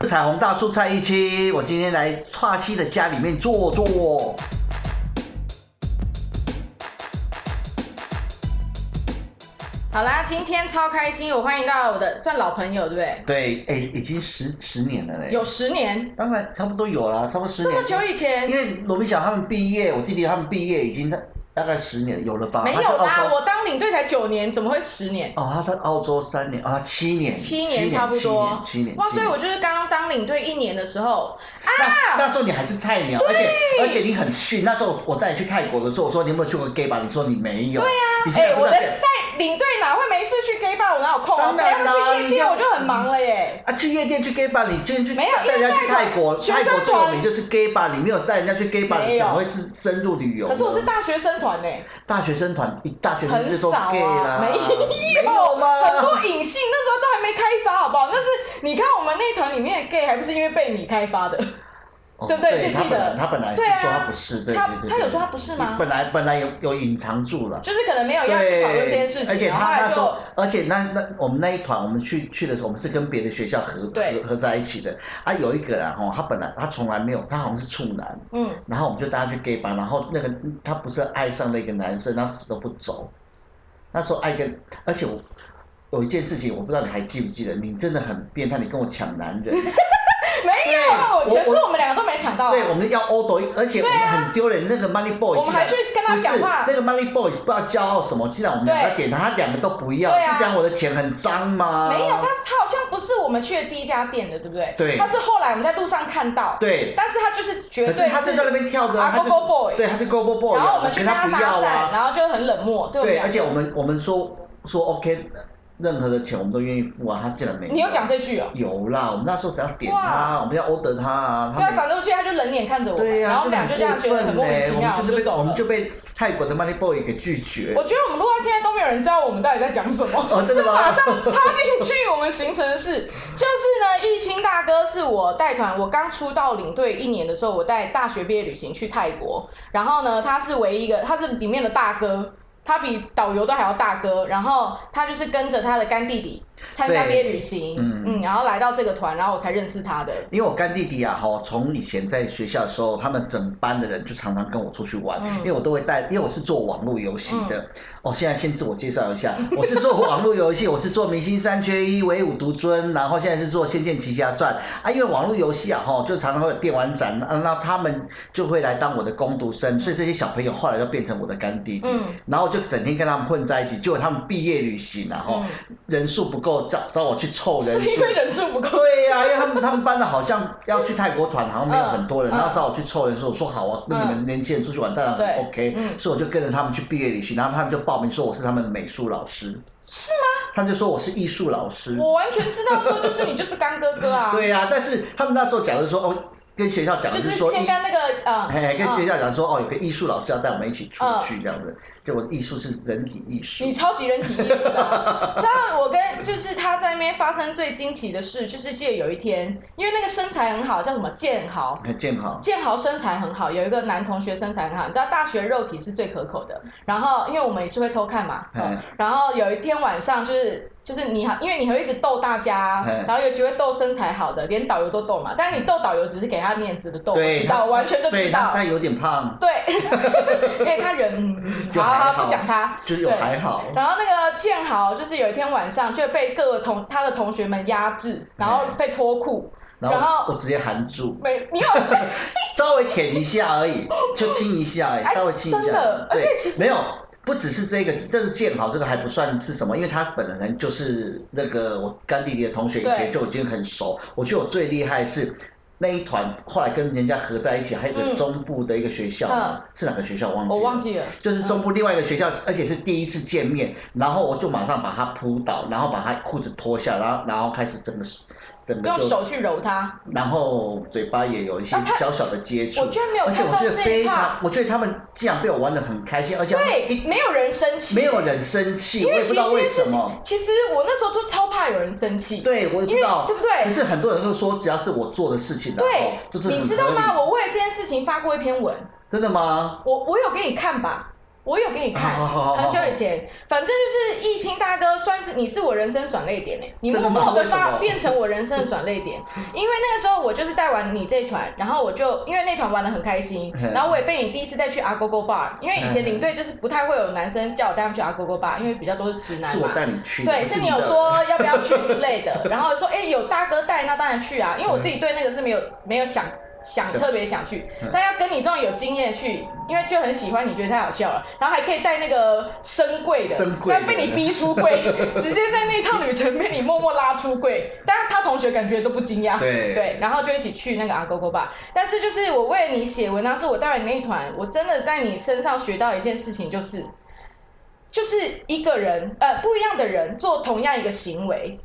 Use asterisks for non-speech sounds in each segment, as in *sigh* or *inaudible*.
彩虹大叔蔡一期，我今天来岔西的家里面坐坐。好啦，今天超开心，我欢迎到我的算老朋友，对不对？对，哎，已经十十年了嘞，有十年，当然差不多有了，差不多十这年。么久以前因为罗比小他们毕业，我弟弟他们毕业已经大大概十年有了吧？没他有在澳啦，洲我当领队才九年，怎么会十年？哦，他在澳洲三年啊，七年，七年差不多，七年。七年哇，七所以年我就是刚刚当领队一年的时候啊， *laughs* 那时候你还是菜鸟，而且而且你很逊。那时候我带你去泰国的时候，我说你有没有去过 gay 吧？你说你没有。对呀、你现哎、在不我是的在带领队哪会没事去 gay bar？我哪有空啊？当然啦要去夜你店要我就很忙了耶。啊，去夜店去 gay 吧，你居然去没有带人家去因为泰泰国，国学泰生国最有团名就是 gay 吧，你没有带人家去 gay 吧，没你有怎么会是深入旅游呢？可是我是大学生团呢，大学生团，一大学生就很说少 gay 啦，啊，没没有很吗？多隐性那时候都还没开发，好不好？那是你看我们那团里面的 gay 还不是因为被你开发的？哦对不对对，记不他记本得来他本来是对啊说他不是，对他对对。他有对说他不是吗本来本来有有隐藏住了。就是可能没有要去讨论对，这件事情，而且然后后他来那时候就，而且那那我们那一团，我们去去的时候，我们是跟别的学校合对合合在一起的。啊，有一个人哈，他本来他从来没有，他好像是处男，嗯，然后我们就带他去 gay 吧，然后那个他不是爱上了一个男生，他死都不走。那时候爱跟，而且我有一件事情，我不知道你还记不记得，你真的很变态，你跟我抢男 *laughs* 人。没有，对全是我我们两个都没抢到啊。对，我们要殴斗，而且我们很丢人。那个 Money Boy，我们还去跟他讲话不是那个 Money Boy 不知道骄傲什么，既然我们两个对点他，他两个都不要，对啊是讲我的钱很脏吗？没有，他他好像不是我们去的第一家店的，对不对？对他是后来我们在路上看到，，对，但是他就是绝可对是他就在那边跳的啊，啊他就 Go Go Boy 对，他是 Go Go Boy，然后我啊们去可跟他他不搭要讪，啊。然后就很冷漠，对不对，对？而且我们我们说说 OK，任何的钱我们都愿意付啊，他竟然没。你有讲？这句哦？有啦，我们那时候只要点他，哇我们要殴打他啊，对他啊，没反正我记得他就冷眼看着我们，对呀、然后我真们的俩就这样觉得很莫名其过分妙，欸我们就是被走我们了。就被泰国的 Money Boy 给拒绝。我觉得我们录到现在都没有人知道我们到底在讲什么。哦，真的吗？马上插进去我们行程的事，就是呢，义清大哥是我带团，我刚出道领队一年的时候，我带大学毕业旅行去泰国，然后呢，他是唯一一个，他是里面的大哥。他比导游都还要大哥，然后他就是跟着他的干弟弟参加对毕业旅行，嗯嗯然后来到这个团，然后我才认识他的。因为我干弟弟啊，哈，从以前在学校的时候，他们整班的人就常常跟我出去玩，嗯因为我都会带，因为我是做网络游戏的。哦，现在先自我介绍一 *laughs* 下，我是做网络游戏，我是做《明星三缺一》《唯我独尊》，然后现在是做《仙剑奇侠传》啊。因为网络游戏啊，哈，就常常会有电玩展，啊，那他们就会来当我的攻读生，所以这些小朋友后来就变成我的干弟弟。嗯然后我就整天跟他们混在一起，结果他们毕业旅行啊，哈、嗯人数不够，找找我去凑人数，是因为人数不够，对啊呀、因为他们他们班的好像要去泰国团，好像没有很多人，嗯然后找我去凑人，说我说好啊，那你们年轻人出去玩当然对很 OK，、嗯所以我就跟着他们去毕业旅行，然后他们就报名说我是他们的美术老师，是吗？他们就说我是艺术老师，我完全知道说，就是你就是干哥哥啊，对呀、但是他们那时候讲的说哦，跟学校讲的就是是说先艺跟那个呃，哎，跟嗯学校讲说、哦，有个艺术老师要带我们一起出去这样子，结果艺术是人体艺术你，超级人体艺术啊！知道我跟就是他在那边发生最惊奇的事，就是记得有一天，因为那个身材很好，叫什么建豪。很健康，建豪身材很好，有一个男同学身材很好，你知道大学肉体是最可口的。然后因为我们也是会偷看嘛，哎然后有一天晚上就是就是你好，因为你会一直逗大家啊哎，然后尤其会逗身材好的，连导游都逗嘛。但是你逗导游只是给他面子的逗，我对知道，他我完全都对知他道。他有点胖，对， *laughs* 因为他人嗯就好还好好不讲他，就是有对还好，然后那个建豪就是有一天晚上就被各个同他的同学们压制，然后被脱裤，然后然后我直接含住。没 *laughs* 你有稍微舔一下而已，就亲一下而已，哎稍微亲一下。真的对而且其实没有，不只是这个，这个剑豪这个还不算是什么，因为他本人就是那个我干弟弟的同学，以前对就已经很熟。我觉得我最厉害是。那一团后来跟人家合在一起，还有一个嗯中部的一个学校，嗯是哪个学校我忘记了？我忘记了，嗯就是中部另外一个学校，而且是第一次见面，然后我就马上把他扑倒，然后把他裤子脱下，然后然后开始整个整个用就手去揉他，然后嘴巴也有一些啊他小小的接触，我居然没有而且看我到觉得这非一常趴，，我觉得他们竟然被我玩的很开心，而且他们对，一没有人生气，没有人生气，因我也为不知其实道为这件事什情么。其实我那时候就超怕有人生气，对，我也不知道，因为对不对可是很多人都说，只要是我做的事情，然对哦后就，是很你知道合理吗？我为了这件事情发过一篇文，真的吗？我我有给你看吧？我有给你看，好好好很久以前，反正就是疫情大哥，算是你是我人生转泪点呢、欸你真的默吗默的为什发么变成我人生的转泪 *laughs* 点，因为那个时候我就是带完你这团，然后我就因为那团玩的很开心，嗯然后我也被你第一次带去阿 Go Go Bar，因为以前领队就是不太会有男生叫我带他们去阿 Go Go Bar，因为比较多是直男是我嘛。带你去的，对，不是是你有的说要不要去之类的，然后说哎、有大哥带，那当然去啊，因为我自己对那个是没有没有想想嗯想特别想去嗯，但要跟你这种有经验去，因为就很喜欢你，觉得太好笑了，然后还可以带那个深柜的，深柜的但被你逼出柜，直接在那趟旅程被你默默拉出柜，但他同学感觉都不惊讶，对对，然后就一起去那个阿勾勾吧。但是就是我为了你写文啊章，是我带完你那一团，我真的在你身上学到一件事情，就是就是一个人呃不一样的人做同样一个行为，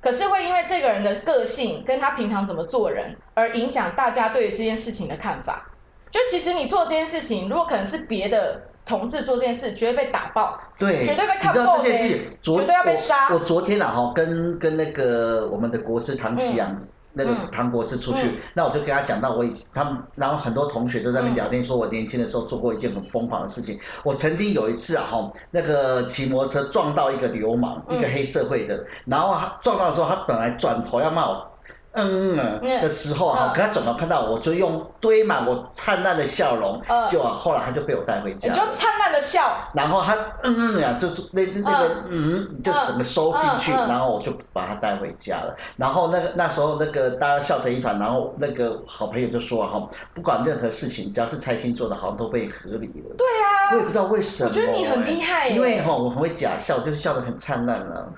可是会因为这个人的个性跟他平常怎么做人，而影响大家对于这件事情的看法。就其实你做这件事情，如果可能是别的同事做这件事，绝对被打爆。对，绝对被你看知道爆这件的事情，昨绝对要被我杀我昨天啊哈，跟跟那个我们的国师唐奇阳。那个嗯唐国师出去，嗯那我就跟他讲到我以前他们，然后很多同学都在那边嗯聊天，说我年轻的时候做过一件很疯狂的事情。我曾经有一次啊，哈，那个骑摩托车撞到一个流氓，嗯一个黑社会的，然后他撞到的时候，他本来转头要骂我，嗯嗯嗯嗯的时候啊，嗯可他转头看到我，就用堆满我灿烂的笑容嗯，就啊后来他就被我带回家你了。就灿烂的笑，然后他嗯呀，就是那那个嗯，就整个收进去，嗯嗯嗯然后我就把他带回家了。然后那个那时候那个大家笑成一团，然后那个好朋友就说哈，不管任何事情，只要是蔡心做的，好像都被合理了。对啊我，也不知道为什么、我觉得你很厉害耶因为哈、我很会假笑，就是笑得很灿烂了、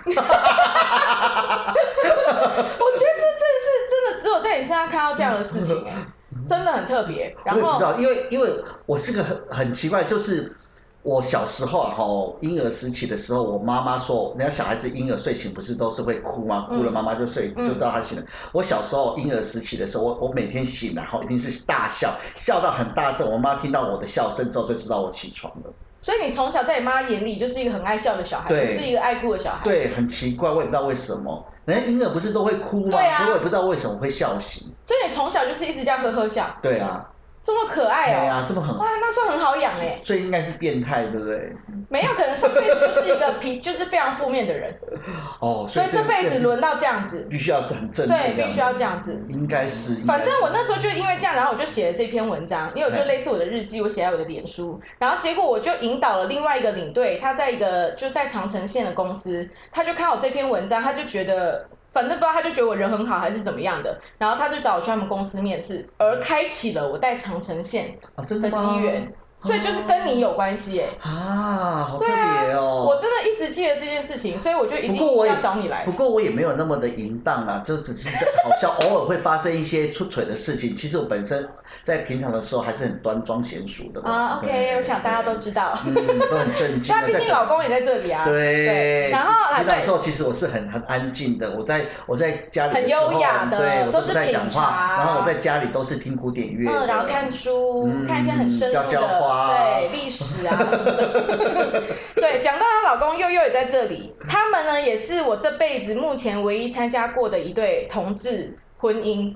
我觉得这真的是真的只有在你身上看到这样的事 *laughs* 情、哎，真的很特别。我然也不后知道，因为因为我是个很很奇怪，就是我小时候哈、婴儿时期的时候，我妈妈说，人家小孩子婴儿睡醒不是都是会哭吗？嗯哭了妈妈就睡，嗯就知道他醒了。我小时候婴儿时期的时候，我我每天醒来后一定是大笑，笑到很大声，我妈听到我的笑声之后就知道我起床了。所以你从小在你妈眼里就是一个很爱笑的小孩，对不是一个爱哭的小孩。对，很奇怪，我也不知道为什么。人家婴儿不是都会哭吗？对啊可我也不知道为什么会笑醒。所以你从小就是一直这样呵呵笑，对啊，这么可爱对哦、啊，这么很，哇，那算很好养哎、所以应该是变态，对不对？没有可能上辈子就是一个皮，就是非常负面 *laughs* 的人，哦，所以这这个辈子轮到这样子，必须要很正对，面，必须要这，样子。应该是。应该反是正我那时候就因为这样，然后我就写了这篇文章，因为我就类似我的日记，我写在我的脸书，然后结果我就引导了另外一个领队，他在一个就在长城县的公司，他就看我这篇文章，他就觉得。反正不知道，他就觉得我人很好还是怎么样的，然后他就找我去他们公司面试，而开启了我带长城县啊，真的的机缘，所以就是跟你有关系耶、啊，好特对啊别哦。我真的一直记得这件事情，所以我就一定不过我也要找你来不。过我也没有那么的淫荡啊，就只是好像偶尔会发生一些出糗的事情。其实我本身在平常的时候还是很端庄娴熟的嘛啊，OK，对我想大家都知道。嗯，都很震惊 *laughs* 但的。毕在竟整老公也在这里啊。对，然后啊，平常的对时，候其实我是很很安静的，我在我在家里的时候很优雅的对我都都是是在讲品茶话，然后我在家里都是听古典乐的，嗯，然后看书，嗯看一些很深入的，教教花啊对历史啊什么的。 *laughs* 对，讲到她老公佑佑也在这里，他们呢也是我这辈子目前唯一参加过的一对同志婚姻，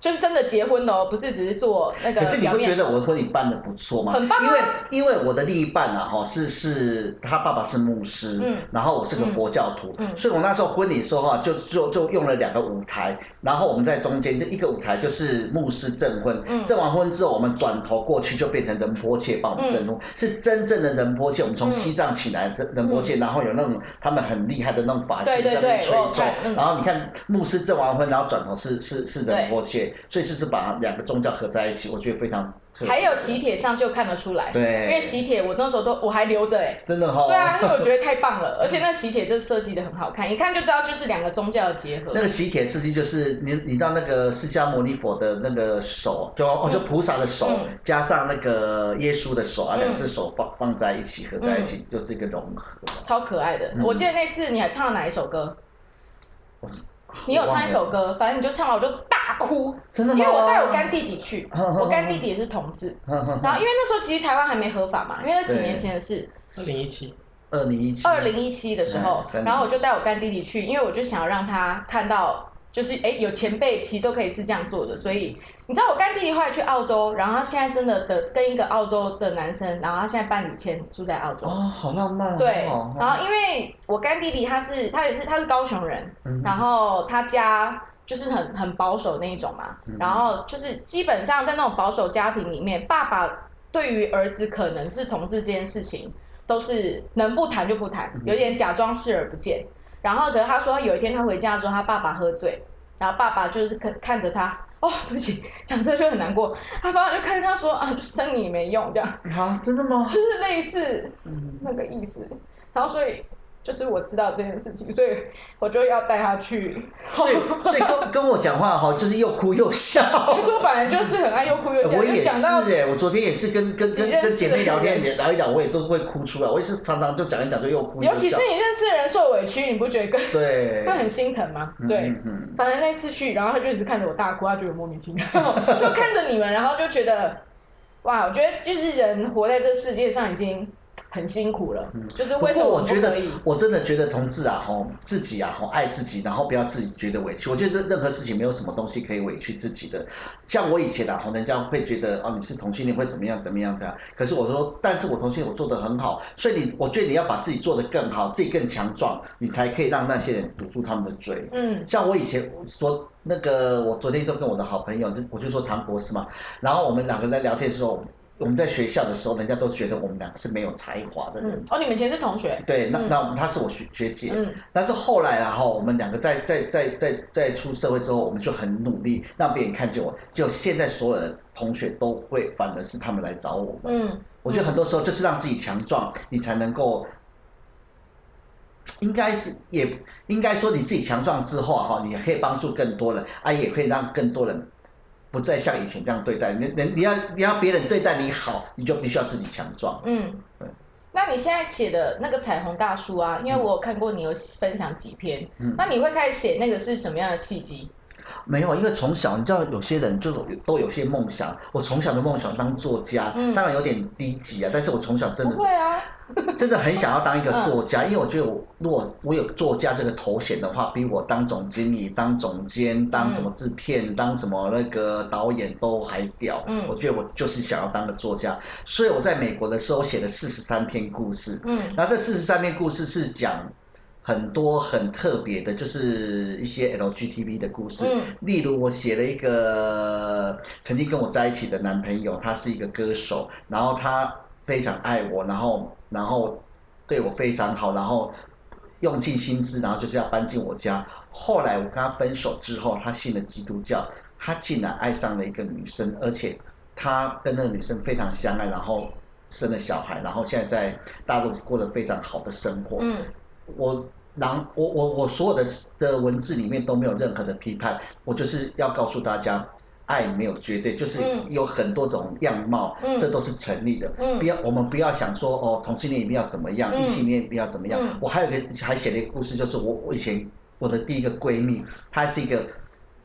就是真的结婚的哦，不是只是做那个可是你表不觉面。得我的婚礼办的不错吗？很棒啊因为因为我的另一半啊，哈，是是他爸爸是牧师，嗯然后我是个佛教徒，嗯嗯所以我那时候婚礼的时候啊，就就就用了两个舞台，然后我们在中间就一个舞台就是牧师证婚，嗯证完婚之后我们转头过去就变成仁波切帮我们证婚，是真正的仁波切，我们从嗯西藏请来的仁波切，然后有那种他们很厉害的那种法器对对在那边对吹我有奏看，嗯然后你看牧师证完婚，然后转头是是是对仁波切，所以就是把两个宗教合在一起，我觉得非常特别。还有喜帖上就看得出来，对哦因为喜帖我那时候都我还留着哎、真的哈、对啊，因为我觉得太棒了， *laughs* 而且那喜帖这设计的很好看，一看就知道就是两个宗教的结合那。个喜帖设计就是你你知道那个释迦牟尼佛的那个手，就哦就菩萨的手、嗯加上那个耶稣的手啊，嗯两只手放放在一起合在一起，就是一个融合。超可爱的。嗯我记得那次你还唱了哪一首歌？我是你有我忘唱了一首歌，反正你就唱了，我就大哭，真的因吗？为我带我干弟弟去， *laughs* 嗯嗯嗯我干弟弟也是同志。干然后因为那时候其实台湾还没合法嘛，因为那几年前的事，二零一七，二零一七二零一七的时候嗯三，年然后我就带我干弟弟去，因为我就想要让他看到就是哎、有前辈其实都可以是这样做的，所以你知道我干弟弟后来去澳洲，然后他现在真的的跟一个澳洲的男生，然后他现在伴侣签住在澳洲。哦，好浪漫哦。对哦，然后因为我干弟弟他是他也是他是高雄人，嗯然后他家就是很很保守那一种嘛嗯，然后就是基本上在那种保守家庭里面，爸爸对于儿子可能是同志这件事情，都是能不谈就不谈嗯，有点假装视而不见。然后呢，他说有一天他回家的时候，他爸爸喝醉，然后爸爸就是看看着他。哦，对不起， *laughs* 讲这就很难过。他爸爸就看着他说啊，就生你没用，这样啊，真的吗就？是类似嗯，那个意思。然后所以就是我知道这件事情，所以我就要带他去。所以所以跟跟我讲话哈，就是又哭又笑。可是我本来就是很爱又哭又笑，我也就讲是到哎、我昨天也是跟跟跟你认识的跟姐妹聊天，人也聊一聊，我也都会哭出来。我也是常常就讲一讲就又哭又尤其是笑。你认识的人受委屈，你不觉得更对，会很心疼吗？对。嗯嗯反正那次去，然后他就一直看着我大哭，他觉得莫名其妙， *laughs* 就看着你们，然后就觉得，哇，我觉得就是人活在这世界上已经很辛苦了，嗯就是不为什么过我们觉不得可以？，我真的觉得同志啊，吼，自己啊，吼，爱自己，然后不要自己觉得委屈。我觉得任何事情没有什么东西可以委屈自己的。像我以前啊，吼，人家会觉得哦，你是同性恋会怎么样，怎么样，怎么样。可是我说，但是我同性恋我做得很好，所以你，我觉得你要把自己做得更好，自己更强壮，你才可以让那些人堵住他们的嘴。嗯像我以前说那个，我昨天都跟我的好朋友，就我就说唐博士嘛，然后我们两个在聊天的时候，我们在学校的时候，人家都觉得我们两个是没有才华的人。嗯，哦，你们以前是同学，对，那嗯那我们她是我学学姐，嗯但是后来然后我们两个在在在在在出社会之后，我们就很努力让别人看见我。就现在所有的同学都会，反而是他们来找我们。嗯，我觉得很多时候就是让自己强壮，你才能够，应该是也应该说你自己强壮之后啊哈，你也可以帮助更多人，啊，也可以让更多人。不再像以前这样对待你，你你要你要别人对待你好，你就必须要自己强壮。嗯对，那你现在写的那个彩虹大叔啊，因为我有看过你有分享几篇，嗯，那你会开始写那个是什么样的契机？没有，因为从小你知道，有些人就有都有些梦想。我从小的梦想当作家，嗯当然有点低级啊，但是我从小真不的会啊，是真的很想要当一个作家，因为我觉得我如果我有作家这个头衔的话，比我当总经理、当总监、当什么制片、当什么那个导演都还屌。嗯我觉得我就是想要当个作家，所以我在美国的时候写了四十三篇故事，嗯然后这四十三篇故事是讲很多很特别的，就是一些 LGTB 的故事。嗯例如，我写了一个曾经跟我在一起的男朋友，他是一个歌手，然后他非常爱我，然后然后对我非常好，然后用尽心思，然后就是要搬进我家。后来我跟他分手之后，他信了基督教，他竟然爱上了一个女生，而且他跟那个女生非常相爱，然后生了小孩，然后现在在大陆过得非常好的生活。嗯我然我我我所有的的文字里面都没有任何的批判，我就是要告诉大家，爱没有绝对，就是嗯有很多种样貌，嗯这都是成立的。嗯不要我们不要想说哦，同性恋一定要怎么样，嗯异性恋一定要怎么样。嗯我还有一个还写了一个故事，就是我我以前我的第一个闺蜜，她是一个。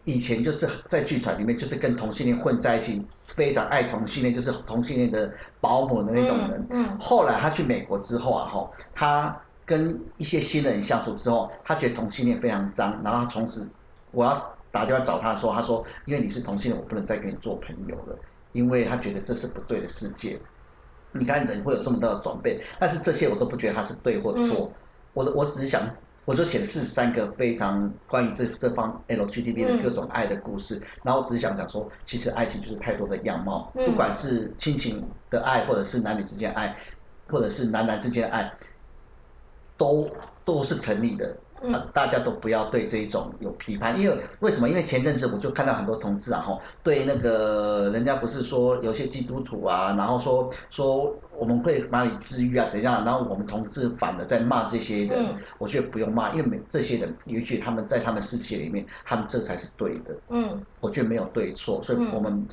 以前就是在剧团里面，就是跟同性恋混在一起，非常爱同性恋，就是同性恋的保姆的那种人。嗯嗯后来他去美国之后啊，哈，他跟一些新人相处之后，他觉得同性恋非常脏，然后他从此我要打电话找他说，他说因为你是同性恋，我不能再跟你做朋友了，因为他觉得这是不对的世界。你看人会有这么多的转变，但是这些我都不觉得他是对或错，我的我只是想。我就写了四十三个非常关于这这方 LGTB 的各种爱的故事，然后我只是想讲说，其实爱情就是太多的样貌，嗯不管是亲情的爱，或者是男女之间的爱，或者是男男之间的爱，都都是成立的。嗯啊大家都不要对这一种有批判，因为为什么？因为前阵子我就看到很多同志啊，吼，对那个人家不是说有些基督徒啊，然后说说我们会把你治愈啊怎样，然后我们同志反而在骂这些人，嗯我觉得不用骂，因为每这些人也许他们在他们世界里面，他们这才是对的，嗯我觉得没有对错，所以嗯我们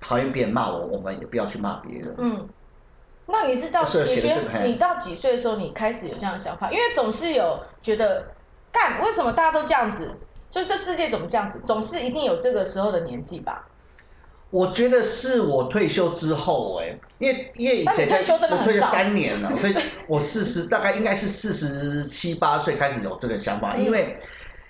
讨厌别人骂我，我们也不要去骂别人。嗯。那你是到是你写觉得这个得嘿你到几岁的时候你开始有这样的想法？因为总是有觉得干为什么大家都这样子，就是这世界怎么这样子，总是一定有这个时候的年纪吧？我觉得是我退休之后哎、因为因为以前那你退休真的我很退休早三年了，我退我四十大概应该是四十七八岁开始有这个想法，因为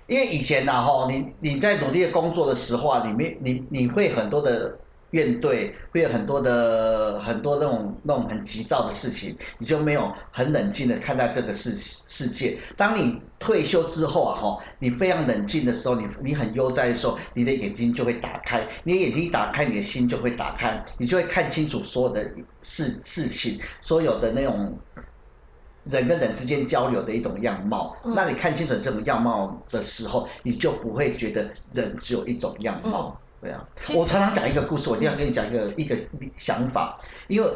因为以前呐、啊、哈，你你在努力的工作的时候啊，你没你你会很多的怨怼，会有很多的很多那种那种很急躁的事情，你就没有很冷静的看待这个世世界。当你退休之后啊哈，你非常冷静的时候，你你很悠哉的时候，你的眼睛就会打开，你的眼睛一打开，你的心就会打开，你就会看清楚所有的事事情，所有的那种。人跟人之间交流的一种样貌，嗯那你看清楚这种样貌的时候，你就不会觉得人只有一种样貌。对啊嗯其，实我常常讲一个故事，我一定要跟你讲一个一个想法，因为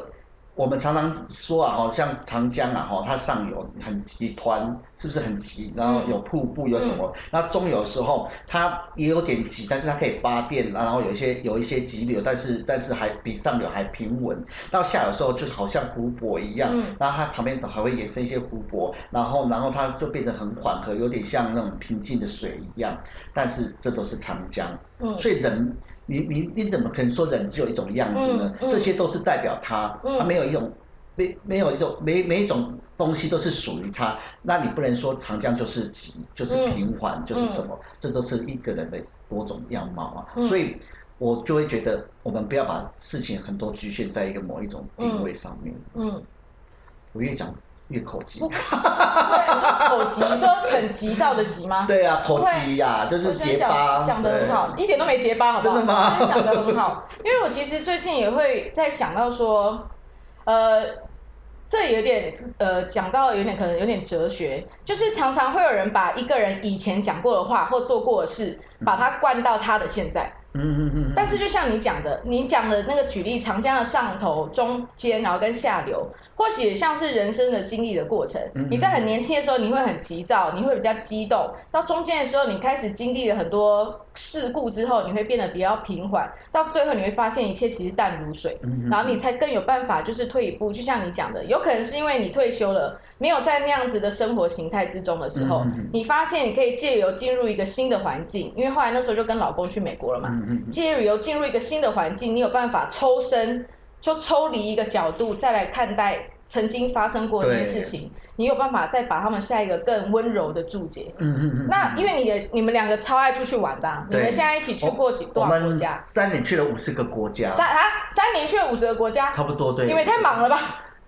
我们常常说啊，好像长江啊，哈，它上游很急湍，是不是很急？然后有瀑布，有什嗯么？那中游的时候它也有点急，但是它可以发电，啊然后有一些有一些急流，但是但是还比上游还平稳。到下游的时候，就好像湖泊一样，嗯然后它旁边还会延伸一些湖泊，然后然后它就变得很缓和，有点像那种平静的水一样。但是这都是长江，嗯所以人，你你你怎么可能说人只有一种样子呢？嗯嗯这些都是代表他，嗯他没有一种，没没有一种，每每一种东西都是属于他。那你不能说长江就是急，就是平缓，就是什么，这都是一个人的多种样貌啊。嗯所以，我就会觉得，我们不要把事情很多局限在一个某一种定位上面。嗯，我越讲越口急不。对口急，说很急躁的急吗？对啊，口急呀、就我是觉得结讲巴。讲的很好，对一点都没结巴，好不好？真的吗我觉得讲的很好，因为我其实最近也会在想到说，呃，这有点呃，讲到有点可能有点哲学，就是常常会有人把一个人以前讲过的话或做过的事，把它灌到他的现在。嗯嗯嗯。但是就像你讲的，你讲的那个举例，长江的上头、中间，然后跟下流，或许也像是人生的经历的过程嗯。你在很年轻的时候，你会很急躁，你会比较激动；到中间的时候，你开始经历了很多事故之后，你会变得比较平缓；到最后，你会发现一切其实淡如水。嗯，嗯然后你才更有办法，就是退一步。就像你讲的，有可能是因为你退休了，没有在那样子的生活形态之中的时候嗯嗯嗯，你发现你可以借由进入一个新的环境，因为后来那时候就跟老公去美国了嘛，嗯嗯嗯借由进入一个新的环境，你有办法抽身，就抽离一个角度再来看待曾经发生过的一件事情，你有办法再把他们下一个更温柔的注解。嗯嗯嗯。那嗯因为你也你们两个超爱出去玩的、啊，你对们现在一起去过几多我少国们家？三年去了五十个国家，三啊三年去了五十个国家，差不多对。你们也太忙了吧？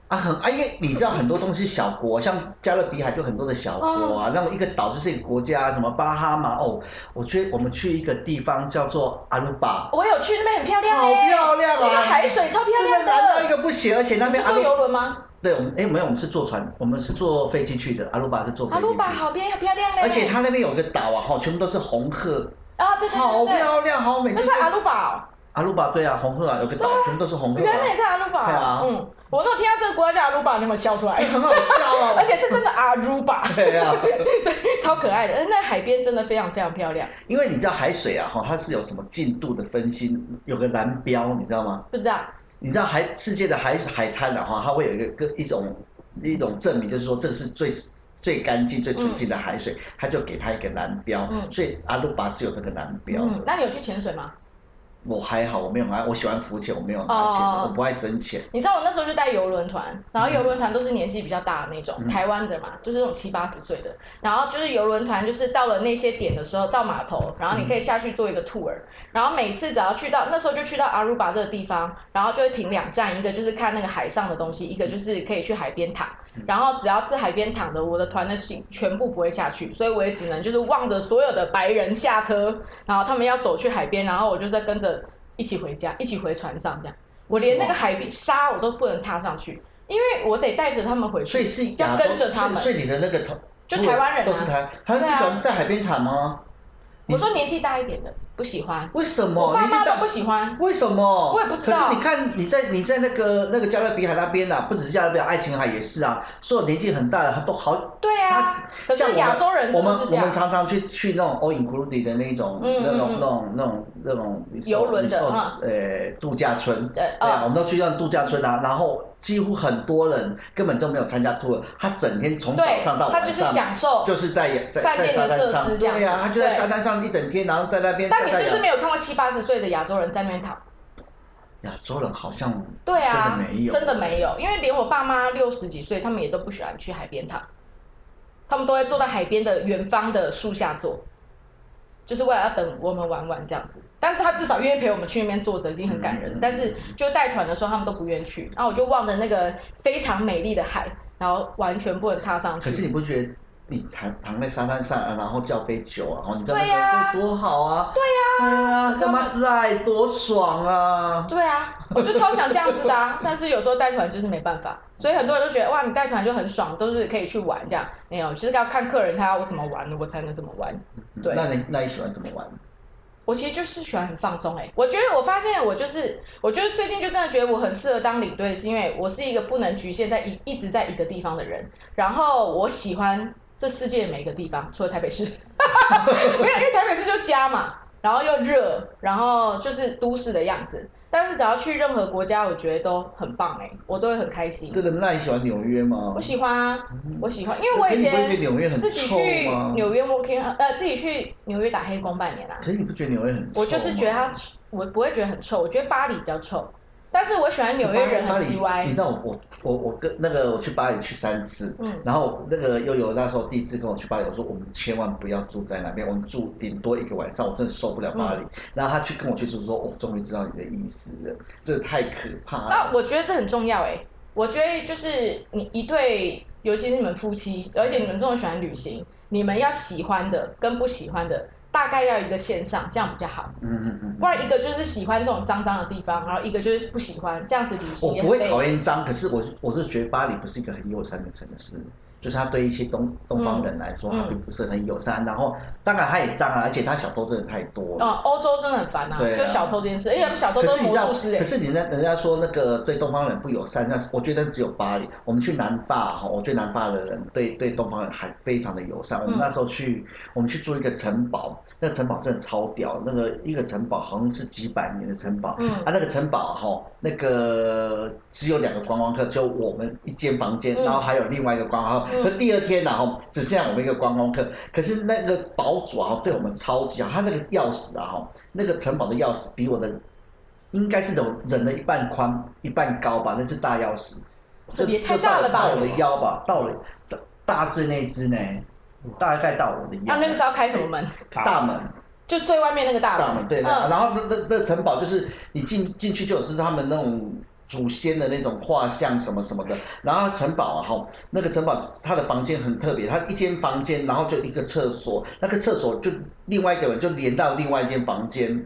啊，很啊，因为你知道很多东西小国，像加勒比海就很多的小国啊，那么一个岛就是一个国家，什么巴哈马哦，我觉得我们去一个地方叫做阿鲁巴，我有去那边很漂亮、欸，好漂亮啊那个海水超漂真亮的难到一的。个不行，而且啊那你边是阿坐鲁，游轮吗？对，我们哎没有，我们是坐船，我们是坐飞机去的，阿鲁巴是坐飞阿机鲁巴去的，好漂亮，漂亮嘞！欸而且它那边有一个岛啊，哈，全部都是红鹤，啊，对对欸好对对对，漂亮，好美，就那是在阿鲁巴、哦。阿鲁巴对啊，红鹤啊，有个岛对啊全部都是红鹤原来也啊，在阿鲁巴、对啊嗯，我那我听到这个国家叫阿鲁巴，你有没有笑 *laughs* 出来就？很好笑啊 *laughs* 而，且是真的阿鲁巴， *laughs* 对啊。对，超可爱的。呃那海边真的非常非常漂亮，因为你知道海水啊，哈，它是有什么进度的分析，有个蓝标，你知道吗？不知道？你知道海世界的海海滩啊，哈，它会有一个个一种一种证明，就是说这是最最干净、最纯净的海水，它就给它一个蓝标。嗯所以阿鲁巴是有这个蓝标的。嗯，那你有去潜水吗？我还好，我没有拿，我喜欢浮潜，我没有拿哦钱，我不爱深潜。你知道我那时候就带游轮团，然后游轮团都是年纪比较大的那种，嗯台湾的嘛，就是那种七八十岁的。然后就是游轮团，就是到了那些点的时候，到码头，然后你可以下去做一个 tour，、然后每次只要去到那时候就去到阿鲁巴这个地方，然后就会停两站，一个就是看那个海上的东西，一个就是可以去海边躺。嗯然后只要是海边躺的，我的团的行全部不会下去，所以我也只能就是望着所有的白人下车，然后他们要走去海边，然后我就在跟着一起回家，一起回船上这样。我连那个海边沙我都不能踏上去，因为我得带着他们回去，所以是要亚跟洲，着他们。所以所以你的那个同就台湾人啊都是台，台湾对不啊喜欢在海边躺吗？我说年纪大一点的不喜欢，为什么？我爸哦年纪妈都大不喜欢。为什么？我也不知道可是你看，你在你在那个那个加勒比海那边啊，不只是加勒比海，爱琴海也是啊，所有年纪很大的他都好。对啊，可像我们是亚洲人我真们的是这我们样。常常去去那种 all inclusive 的那种、嗯那种嗯嗯那种那种那种游轮的 resort- 哈呃度假村，对对啊，嗯我们都去那种度假村啊，然后几乎很多人根本都没有参加 tour，他整天从早对上到，他晚就是上。享受。就是在在饭在店沙的滩设施上，这样对呀、啊，他就在对沙滩上一整天，然后在那边晒但太你阳。是不是没有看过七八十岁的亚洲人在那边躺？亚洲人好像对啊，真的没有，真的没有，因为连我爸妈六十几岁，他们也都不喜欢去海边躺，他们都会坐在海边的远方的树下坐。就是为了要等我们玩完这样子。但是他至少愿意陪我们去那边坐着，已经很感嗯人了。但是就带团的时候，他们都不愿意去，然后我就望着那个非常美丽的海，然后完全不能踏上去。可是你不觉得你躺躺在沙滩上，啊然后叫杯酒啊，然后你知道对呀那种会多好啊？对呀、对啊，你知这道吗么帅，多爽啊！对啊，我就超想这样子的、啊，但是有时候带团就是没办法，所以很多人都觉得哇，你带团就很爽，都是可以去玩这样。没有，就是要看客人他要我怎么玩，我才能怎么玩。对那你那你喜欢怎么玩？我其实就是喜欢很放松哎、我觉得我发现我就是，我觉得最近就真的觉得我很适合当领队，是因为我是一个不能局限在一一直在一个地方的人，然后我喜欢这世界每个地方，除了台北市， *laughs* 没有，因为台北市就家嘛，然后又热，然后就是都市的样子，但是只要去任何国家，我觉得都很棒哎、我都会很开心。这个那你喜欢纽约吗我？喜欢啊，我喜欢，因为嗯可我以是你不会前觉得纽约很自己臭去吗？纽约 working，呃，自己去纽约打黑工半年啊。可是你不觉得纽约很臭吗？我就是觉得它，我不会觉得很臭，我觉得巴黎比较臭，但是我喜欢纽约人巴很黎奇歪你知。道我我我我跟那个我去巴黎去三次，嗯然后那个悠悠那时候第一次跟我去巴黎，我说我们千万不要住在那边，我们住顶多一个晚上，我真的受不了巴黎。然后他去跟我去住，说我哦终于知道你的意思了，这太可怕那了。我觉得这很重要哎、我觉得就是你一对，尤其是你们夫妻，而且你们这么喜欢旅行，你们要喜欢的跟不喜欢的，大概要一个线上，这样比较好。嗯嗯嗯不嗯，然一个就是喜欢这种脏脏的地方，然后一个就是不喜欢这样子旅行我也不很会累讨厌脏，可是我我是觉得巴黎不是一个很友善的城市。就是他对一些东东方人来说，嗯他并不是很友善。然后，当然他也脏啊，而且他小偷真的太多了。嗯，欧洲真的很烦啊，对啊就小偷这件事，而且他们小偷可都是是你魔知道，术师哎、可是你那人家说那个对东方人不友善，那是我觉得只有巴黎。我们去南法哈，我觉得南法的人对对东方人还非常的友善。我们嗯那时候去，我们去住一个城堡，那城堡真的超屌，那个一个城堡好像是几百年的城堡。嗯啊，那个城堡哈，那个只有两个观光客，就我们一间房间，嗯然后还有另外一个观光客。嗯可第二天然后只剩下我们一个观光客，可是那个堡主啊，对我们超级好，他那个钥匙啊，哈，那个城堡的钥匙比我的应该是人人的一半宽一半高吧，那是大钥匙，这就也太就到大了吧到我的腰吧，到了大大致那一只呢，大概到我的腰。啊，那个是要开什么门？大门，就最外面那个大门。大门对，嗯然后那那那城堡就是你进进去就是他们那种祖先的那种画像什么什么的，然后城堡啊哈，那个城堡它的房间很特别，它一间房间然后就一个厕所，那个厕所就另外一个人就连到另外一间房间。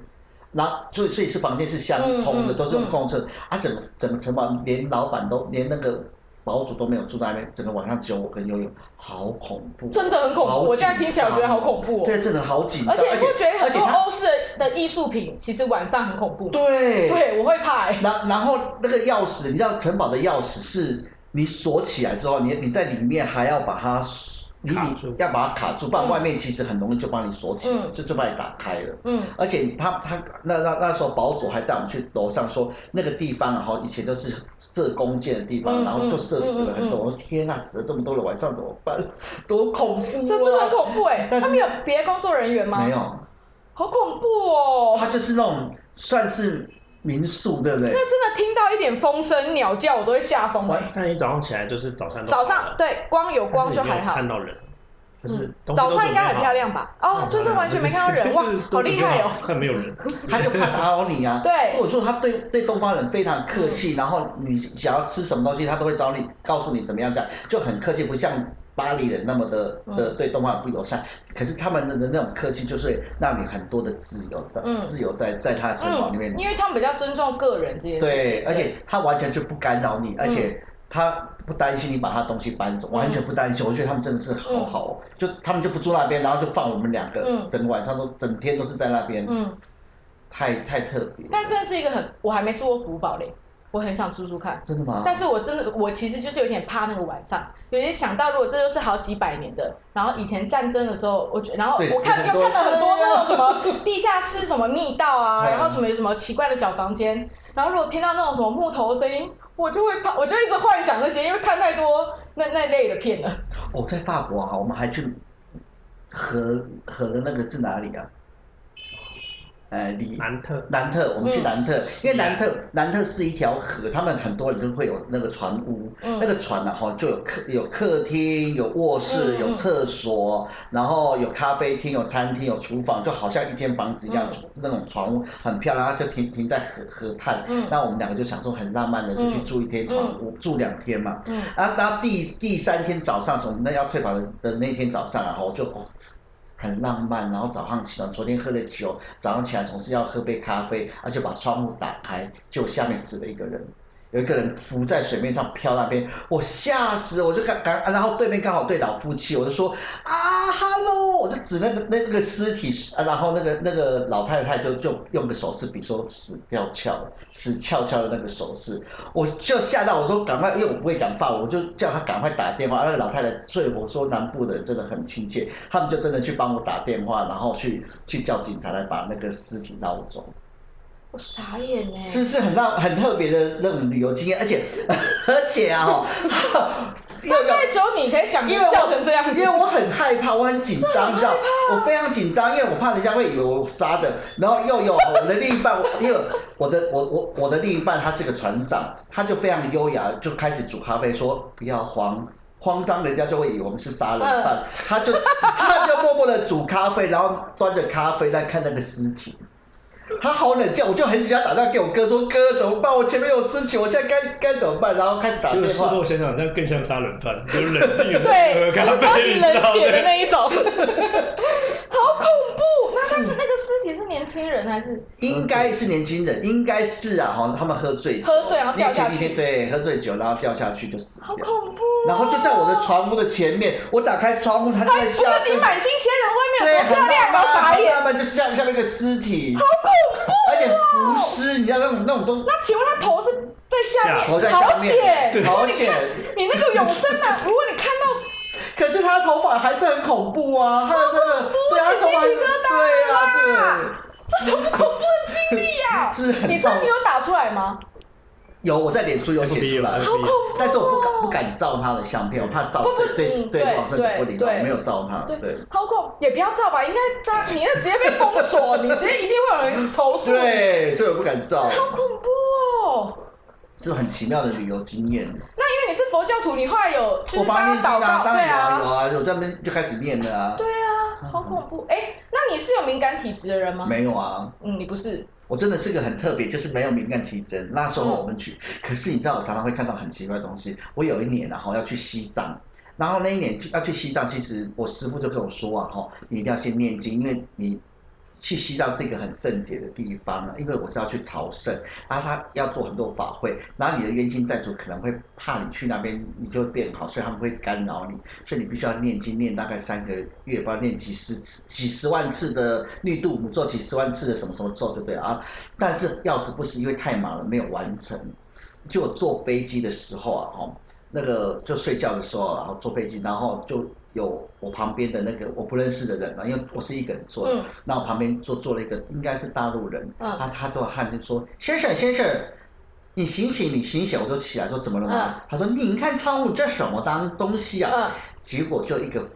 然后，所以所以是房间是相通的，嗯嗯都是用嗯共厕、啊，整个整个城堡连老板都连那个堡主都没有住在那边，整个晚上只有我跟悠悠，好恐怖哦，真的很恐好怖，我现在紧听起来我觉得张好哦恐怖哦。对，真的好紧张，而且你不觉得而很且多它欧式的艺术品其实晚上很恐怖吗？对，对，我会怕欸。然然后那个钥匙，你知道城堡的钥匙是你锁起来之后，你你在里面还要把它锁，你卡你住要把它卡住，不然嗯外面其实很容易就把你锁起来，嗯就就把你打开了。嗯，而且他他那那那时候堡主还带我们去楼上说那个地方，然啊后以前都是射弓箭的地方，嗯然后就射死了很多。我嗯嗯嗯嗯说天啊，死了这么多人，晚上怎么办？多恐怖、啊！这真的很恐怖啊哎。但他是们有别的工作人员吗？没，有，好恐怖哦。他就是那种算是民宿，对不对？那真的听到一点风声、鸟叫，我都会吓疯欸。但你早上起来就是早餐都早好了，上对光有光就但是你没还有好看，到人，就是嗯东西都早上准应备该很好嗯漂，亮吧？哦，就是完全没看到 *laughs* 人，哇，好厉害哦。！但没有人， *laughs* 他就怕打扰你啊。 *laughs* 对嗯或者说他对对东方人非常客气，然后你想要吃什么东西，他都会找你告诉你怎么样讲，就很客气，不像巴黎人那么的嗯的对东方人不友善。可是他们的那种客气，就是让你很多的自由在、嗯自由在在他的城堡里面嗯，。因为他们比较尊重个人这件事情对，。而且他完全就不干扰你，而嗯且他不担心你把他东西搬走，完全不担心。我觉得他们真的是好好哦，就他们就不住那边，然后就放我们两个，嗯整个晚上都整天都是在那边，嗯，太太特别了。但真的是一个很，我还没住过古堡嘞，我很想住住看。真的吗？但是我真的，我其实就是有点怕那个晚上，有点想到如果这就是好几百年的，然后以前战争的时候，我觉然后对我看死很又多看到很多对啊那种 *laughs* 什么地下室、什么密道啊，嗯然后什么有什么奇怪的小房间，然后如果听到那种什么木头声音，我就会怕，我就一直幻想那些，因为看太多那那类的片了。哦，在法国啊，我们还去河河的那个是哪里啊？呃里南特南特，我们去嗯南特，因为南特南特是一条河，他们很多人都会有那个船屋，*laughs* 嗯那个船呢、啊、哈就有客有客厅、有卧室、嗯嗯有厕所，然后有咖啡厅、有餐厅、有厨房，就好像一间房子一样，那种船屋很漂亮，它就停停在河河畔。嗯那我们两个就想说很浪漫的，就去嗯住一天船屋，住两天嘛。嗯啊，然后第第三天早上，从那要退房的那天早上啊，然后我就哦，很浪漫。然后早上起来，昨天喝了酒，早上起来总是要喝杯咖啡，而且把窗户打开，就下面死了一个人，有一个人浮在水面上飘那边，我吓死了，我就赶赶，然后对面刚好对老夫妻，我就说啊哈喽，我就指那个那个尸体，啊然后那个那个老太太就就用个手势比说死掉翘了，死翘翘的那个手势，我就吓到，我说赶快，因为我不会讲法文，我就叫他赶快打电话。那个老太太，所以我说南部的人真的很亲切，他们就真的去帮我打电话，然后去去叫警察来把那个尸体捞走，我傻眼呢、是不是很让很特别的那种旅游经验？而且 *laughs* 而且啊，哦，又这有太久你可以讲因为我笑成这样子因为，我很害怕，我很紧张，你知道，我非常紧张，因为我怕人家会以为我杀的。然后又有我的另一半，我因为我的我我我的另一半他是个船长，他就非常优雅，就开始煮咖啡，说不要慌。慌张，人家就会以为我们是杀人犯，他就他就默默的煮咖啡，然后端着咖啡在看那个尸体。他好冷静，我就很紧张，打电话给我哥说：“哥，怎么办？我前面有尸体，我现在该该怎么办？”然后开始打就电是事话。后想想，这样更像杀人犯，就是冷静 *laughs* 的对，喝咖就是超啡，级你知冷道血的吗？那一种，好恐怖。那但是那个尸体是年轻人还是？应该是年轻人，应该是啊，哈，他们喝醉酒，喝醉然后掉下去那天对，喝醉酒然后掉下去就死好掉，恐怖、啊然后就在我的，船屋的前面，我打开窗户，他就他在不是下哎你面，满心千人，对，外面有很多漂亮，然后浪傻漫，眼他。们就下下面一个尸体，好恐怖而且浮尸，你知道那种那种都那请问他头是在下面？下头在好下面，险！对好险，你那个永生啊，如果你看到可是他的头发还是很恐怖啊，他的那个，对，他的头发，起鸡皮疙瘩对啊，是。这什么恐怖的经历呀、是很你知道你有打出来吗？有，我在脸书有写出来 FB 有，好恐怖、哦！但是我不敢不敢照他的相片，我怕照不不对嗯对对网上不礼貌，对我没有照他，啊对对。，好恐，也不要照吧，应该他你那直接被封锁，你直接一定会有人投诉。， *laughs* 对，所以我不敢照，好恐怖哦。是不是很奇妙的旅游经验？那因为你是佛教徒，你后来有就是我帮帮他念经祷啊，告，当对然有啊，有啊，啊，我在那边就开始念了啊。对啊，好恐怖。哎、那你是有敏感体质的人吗？没有啊，嗯，你不是。我真的是个很特别，就是没有敏感体征。那时候我们去，可是你知道，我常常会看到很奇怪的东西。我有一年然后要去西藏，然后那一年要去西藏，其实我师傅就跟我说啊，哈，你一定要先念经，因为你去西藏是一个很圣洁的地方，因为我是要去朝圣，然后他要做很多法会，然后你的冤亲债主可能会怕你去那边你就会变好，所以他们会干扰你，所以你必须要念经念大概三个月，不要念几十次、几十万次的绿度母咒，几十万次的什么什么咒，就对了啊。但是要时不时因为太忙了没有完成，就我坐飞机的时候啊，哦，那个就睡觉的时候，然后坐飞机，然后就有我旁边的那个我不认识的人啊，因为我是一个人坐的，嗯那我旁边坐坐了一个应该是大陆人，嗯他他对我喊就说：“先生，先生，你醒醒，你醒醒！”我就起来说：“怎么了嘛？”嗯他说：“你看窗户，这什么当东西啊？”嗯结果就一个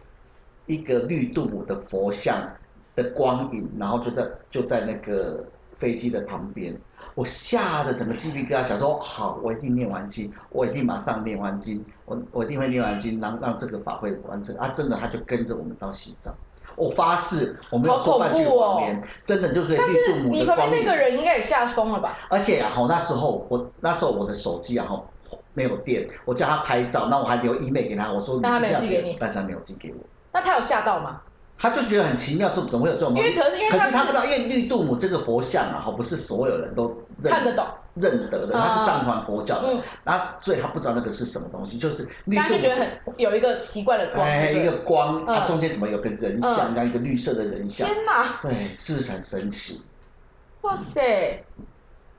一个绿度母的佛像的光影，然后就在就在那个飞机的旁边，我吓得整个鸡皮疙瘩，想说好，我一定念完经，我一定马上念完经，我我一定会念完经，让让这个法会完成啊！真的，他就跟着我们到西藏。我发誓，我没有好说半句恐怖哦谎言，真的就是但绿度是母你的旁光边影。那个人应该也吓疯了吧？而且啊，好那时候我那时候我的手机啊，哈没有电，我叫他拍照，那我还留 email 给他，我说你但他没有一定要寄给你但是他没有寄给我，那他有吓到吗？他就觉得很奇妙，这怎么会有这种东西？因为可是因为嗯他可是是他不知道，因为绿度母这个佛像啊，哈不是所有人都认看得懂，认得的，啊他是藏传佛教的嗯，然后所以他不知道那个是什么东西，就是绿大家度就母觉得很有一个奇怪的光。哎对不一对个光，它嗯中间怎么有个人像，嗯这样一个绿色的人像，天哪，对，是不是很神奇？哇塞，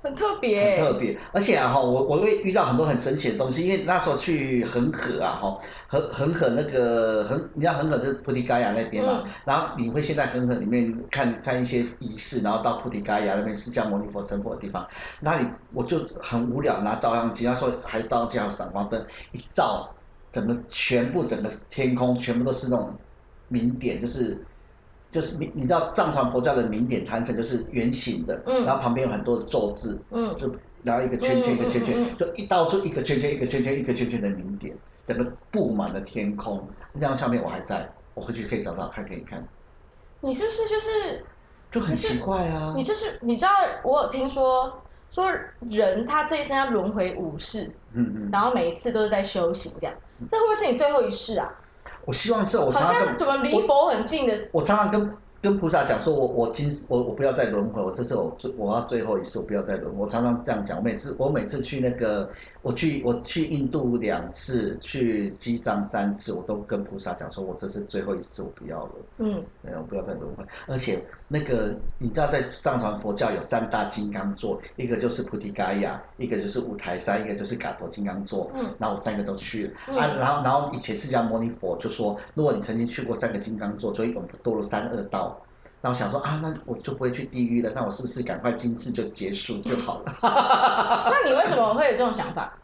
很特别很，特别，而且啊哈，我我会遇到很多很神奇的东西，因为那时候去恒河啊哈，恒恒河那个恒，你知道恒河就是菩提伽亚那边嘛，嗯然后你会先在恒河里面看看一些仪式，然后到菩提伽亚那边释迦牟尼佛成佛的地方，那里我就很无聊，拿照相机，那时候还照相机还有闪光灯，一照，整个全部整个天空全部都是那种明点，就是就是你你知道藏传佛教的名典坛城就是圆形的，嗯然后旁边有很多的咒字，嗯，就然后一个圈圈嗯一个圈圈，嗯嗯就一到处一个圈圈一个圈圈一个圈圈的名点，整个布满了天空。那张相片我还在，我回去可以找找看给你看，你是不是就是就很奇怪啊你。就是你知道我有听说说人他这一生要轮回五世，嗯嗯，然后每一次都是在修行这样，这会不会是你最后一世啊？我希望嗯是我好常常像跟怎么离我佛很近的，我常常跟跟菩萨讲说我，我今我我不要再轮回，我这次我最我要最后一次，我不要再轮回。我常常这样讲，我每次我每次去那个我去我去印度两次，去西藏三次，我都跟菩萨讲说，我这次最后一次，我不要了，嗯对我不要再轮回。而且那个你知道，在藏传佛教有三大金刚座，一个就是菩提伽亚，一个就是五台山，一个就是嘎陀金刚座。嗯然后我三个都去了、嗯啊，然后然后以前释迦牟尼佛就说，如果你曾经去过三个金刚座，所以永不堕入三恶道。然后想说啊，那我就不会去地狱了，那我是不是赶快今世就结束就好了？ *laughs* 那你为什么会有这种想法？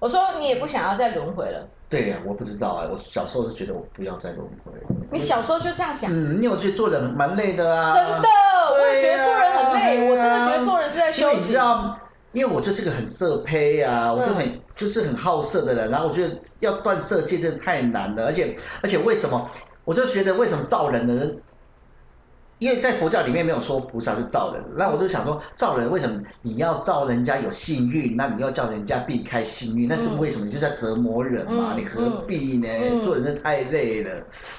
我说你也不想要再轮回了，对呀、我不知道哎、我小时候就觉得我不要再轮回了。你小时候就这样想，嗯，因为我觉得做人蛮累的啊，真的，我也觉得做人很累，对啊我真的觉得做人是在因为修你知行。道，因为我就是个很色胚啊，嗯我就很、就是很好色的人，然啊后我觉得要断色戒真的太难了，而且而且为什么，我就觉得为什么造人的人。因为在佛教里面没有说菩萨是造人，那我就想说造人为什么你要造人家有幸运，那你要叫人家避开幸运，那是为什么？你就是在折磨人嘛，嗯你何必呢？嗯做人真的太累了。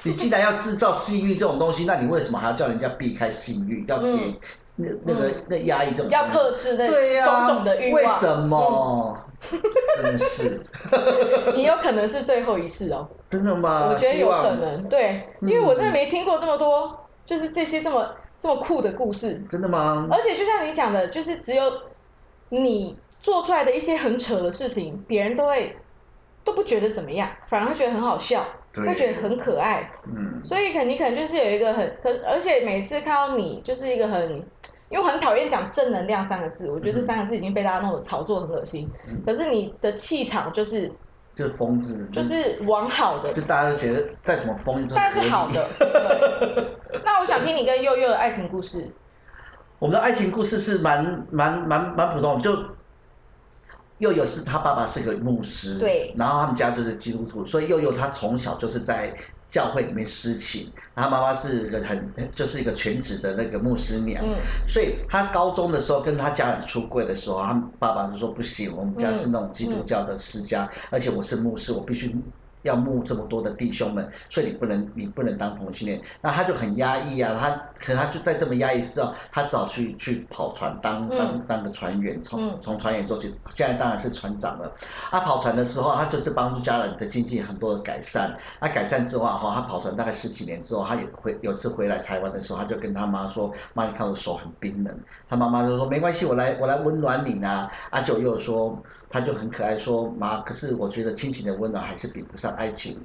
你既然要制造幸运这种东西，那你为什么还要叫人家避开幸运？要解、嗯那那个那压抑这种要东西克制那对呀、种种的欲望，嗯为什么？ *laughs* 真的是，你有可能是最后一世哦。真的吗？我觉得有呃希望嗯可，能，对，因为我真的没听过这么多，就是这些这么这么酷的故事，真的吗？而且就像你讲的，就是只有你做出来的一些很扯的事情，别人都会都不觉得怎么样，反而会觉得很好笑，对会觉得很可爱，嗯，所以可你可能就是有一个很可，而且每次看到你就是一个很。因为我很讨厌讲正能量三个字，我觉得这三个字已经被大家弄得炒作很恶心。嗯可是你的气场就是就是疯子，就是往好的就，大家都觉得再怎么疯，就但是好的。对那我想听你跟佑佑的爱情故事。我们的爱情故事是蛮蛮蛮蛮普通，就佑佑是他爸爸是个牧师，对然后他们家就是基督徒，所以佑佑他从小就是在教会里面施情，然后他妈妈是一个很就是一个全职的那个牧师娘，嗯所以他高中的时候跟他家人出柜的时候，他爸爸就说不行，我们家是那种基督教的世家，而且我是牧师，我必须。要牧这么多的弟兄们，所以你不能，你不能当同性恋。那他就很压抑啊，他可能他就在这么压抑之后，他只好去去跑船当当嗯当个船员，嗯从从船员做起，现在当然是船长了。他跑船的时候，他就是帮助家人的经济很多的改善。他改善之后啊哈，他跑船大概十几年之后，他也回有一次回来台湾的时候，他就跟他妈说：“妈，你看我手很冰冷。”他妈妈就说：“没关系，我来我来温暖你啊。”而且我又说，他就很可爱说：“妈，可是我觉得亲情的温暖还是比不上爱情。”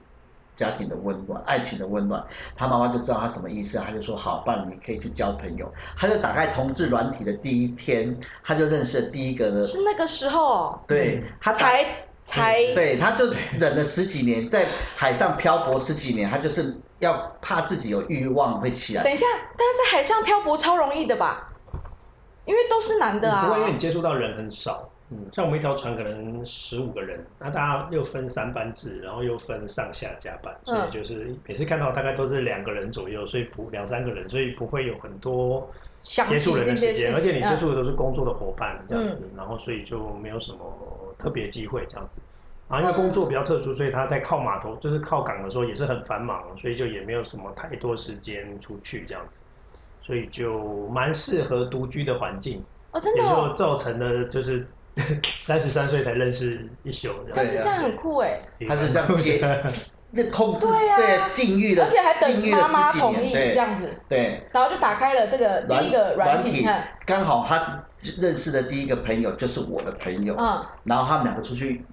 家庭的温暖，爱情的温暖，他妈妈就知道他什么意思，他就说好，不然你可以去交朋友。他就打开同志软体的第一天，他就认识了第一个的，是那个时候哦，对他打才才嗯对，他就忍了十几年，在海上漂泊十几年，他就是要怕自己有欲望会起来等。一下，但是在海上漂泊超容易的吧？因为都是男的啊嗯不。过因为你接触到人很少，嗯，像我们一条船可能十五个人，那大家又分三班制，然后又分上下甲班，所以嗯就是每次看到大概都是两个人左右，所以不两三个人，所以不会有很多想接触人的起这时些事情间，嗯而且你接触的都是工作的伙伴这样子，然后所以就没有什么特别机会这样子。啊，因为工作比较特殊，所以他在靠码头，就是靠港的时候也是很繁忙，所以就也没有什么太多时间出去这样子，所以就蛮适合独居的环境。哦，真也的是我哦，造成的，就是 *laughs* 三十三岁才认识一宿这但样对是啊这样很酷哎，子，他就这样接，那控制对啊对禁欲的，而且还禁等欲了妈妈十几同意年，这对样子，对。然后就打开了这个第一个软体，体看，刚好他认识的第一个朋友就是我的朋友，嗯然后他们两个出去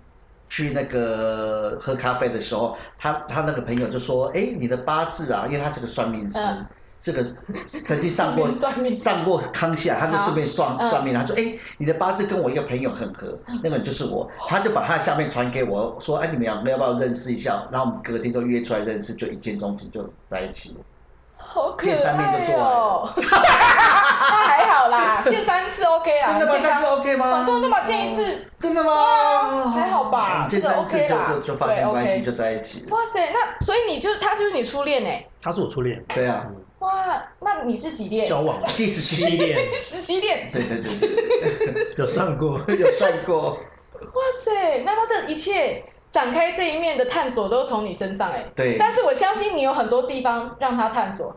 去那个喝咖啡的时候，他他那个朋友就说：“哎，你的八字啊，因为他是个算命师。嗯这个曾经上过 *laughs* 算命上过康熙啊，他就顺便算嗯算命，他说：“哎，你的八字跟我一个朋友很合，那个人就是我。”他就把他的下面传给我，说：“哎，你们两个要不要认识一下？”然后我们隔天就约出来认识，就一见钟情，就在一起了。好可爱见三面就做完哦。那还好啦，见三次 OK 啦。真的吗？见哦下次 OK 吗？啊嗯很多人都把见一次，真的吗？哇还好吧嗯见啊这个三次 OK 就啦就就发生关对系，OK 就在一起了。哇塞，那所以你就他就是你初恋哎， *laughs* 他是我初恋，对啊，嗯哇，那你是几恋？交往了第十七七年，恋十七 *laughs* 恋，对对对有上过， *laughs* *laughs* 对，有算过。哇塞，那他的一切展开这一面的探索都从你身上哎。对但是我相信你有很多地方让他探索，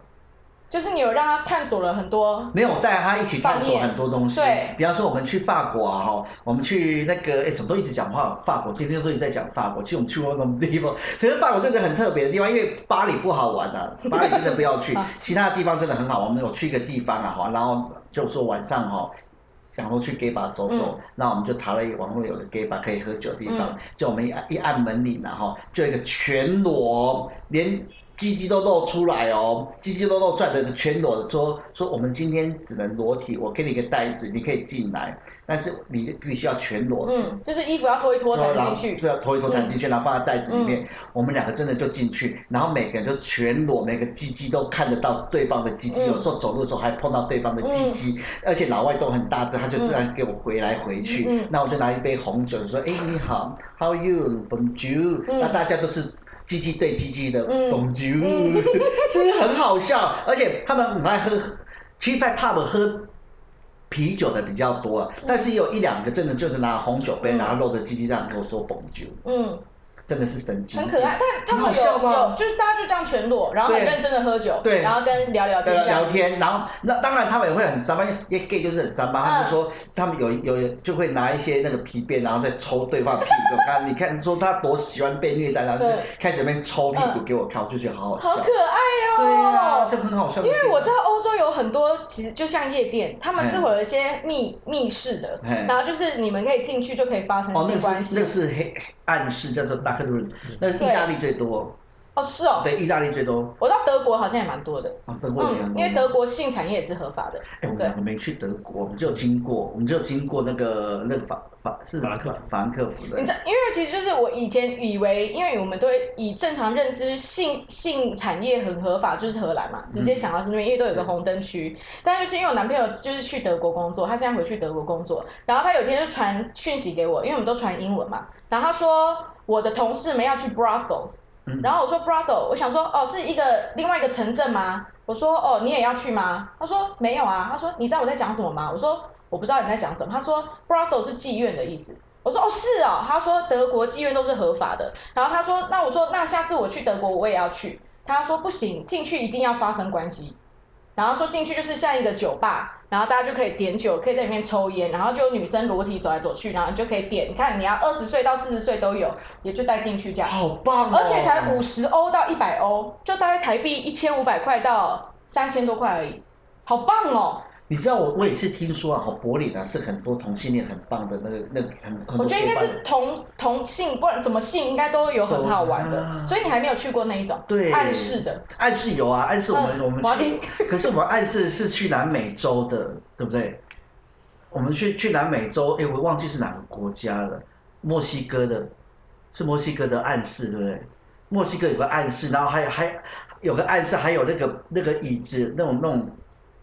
就是你有让他探索了很多。没有我带他一起探索方面很多东西对，比方说我们去法国啊，哈，我们去那个，哎，怎么都一直讲话法国，今天都一直在讲法国，其实我们去过那么多地方， *laughs* 其实法国真的很特别的地方，因为巴黎不好玩 *laughs* 啊，巴黎真的不要去好，其他的地方真的很好玩。我们有去一个地方啊，哈，然后就说晚上哈、想说去 gay bar 走走，那、我们就查了一个网络有个 gay bar 可以喝酒的地方，嗯就我们一按一按门铃然后就有一个全裸，连鸡鸡都露出来哦，鸡鸡都露出来的全裸的说说我们今天只能裸体，我给你一个袋子，你可以进来，但是你必须要全裸。嗯，就是衣服要脱一脱才然后能进去。嗯对啊，头一头缠进去，然后放在袋子里面。我们两个真的就进去，然后每个人就全裸，每个鸡鸡都看得到对方的鸡鸡，嗯有时候走路的时候还碰到对方的鸡鸡，而且老外都很大只，他就这样给我回来回去。嗯那我就拿一杯红酒，说：“哎，你好，How are you? Bonjour。嗯那大家都是。鸡鸡对鸡鸡的嗯 Bonjour，、 *laughs* 嗯是不是很好笑？而且他们很爱喝，其实在 pub 喝啤酒的比较多啊，但是也有一两个真的就是拿红酒杯，嗯然后露着鸡鸡这样给我说蹦酒，嗯，真的是神经很病，可爱，但嗯很他好们有笑吧有，就是大家就这样全裸，然后很对认真的喝酒，对然后跟聊聊天对这样聊。天，然后那当然他们也会很三八，因为 gay 就是很三八，嗯他们说他们有有就会拿一些那个皮鞭，然后再抽对方屁股，看你看说他多喜欢被虐待，然后就对开始在那边抽屁股给我看，我就觉得好好好笑，可爱哦、对啊，就很好笑的因电影，为我知道欧洲有很多，其实就像夜店，他们是嗯会有一些密密室的，嗯然后就是你们可以进去就可以发生哦，那性个关是系。那个是黑暗示叫做 dark room，那是意大利最多，哦，是哦，对，意大利最多，我到德国好像也蛮多的，啊，德国也很嗯，多，因为德国性产业也是合法的，哎、我们对两个没去德国，我们只有经过，我们只有经过那个那个法法是法兰克福法兰克福的你知，道，因为其实就是我以前以为，因为我们都会以正常认知性性产业很合法，就是荷兰嘛，直接想到是那边，因为都有个红灯区。但就是因为我男朋友就是去德国工作，他现在回去德国工作，然后他有一天就传讯息给我，因为我们都传英文嘛，然后他说我的同事们要去 brothel，嗯然后我说 brothel，我想说哦是一个另外一个城镇吗？我说哦你也要去吗？他说没有啊，他说你知道我在讲什么吗？我说我不知道你在讲什么。他说 brothel 是妓院的意思。我说哦是哦，他说德国妓院都是合法的。然后他说那我说那下次我去德国我也要去。他说不行，进去一定要发生关系。然后说进去就是像一个酒吧，然后大家就可以点酒，可以在里面抽烟，然后就有女生裸体走来走去，然后你就可以点，你看你要二十岁到四十岁都有，也就带进去这样。好棒、哦，而且才五十欧到一百欧，就大概台币一千五百块到三千多块而已，好棒哦！你知道我我也是听说啊，好柏林啊是很多同性恋很棒的那个那个很很多我觉得应该 gay 是 bar 同同性，不然怎么性应该都有很好玩都啊的，所以你还没有去过那一种对暗示的，暗示有啊，暗示我们、嗯我们我要去听， *laughs* 可是我们暗示是去南美洲的，对不对？我们去去南美洲，哎、我忘记是哪个国家了，墨西哥的，是墨西哥的暗示，对不对？墨西哥有个暗示，然后还有还有个暗示，还有那个那个椅子，那种那种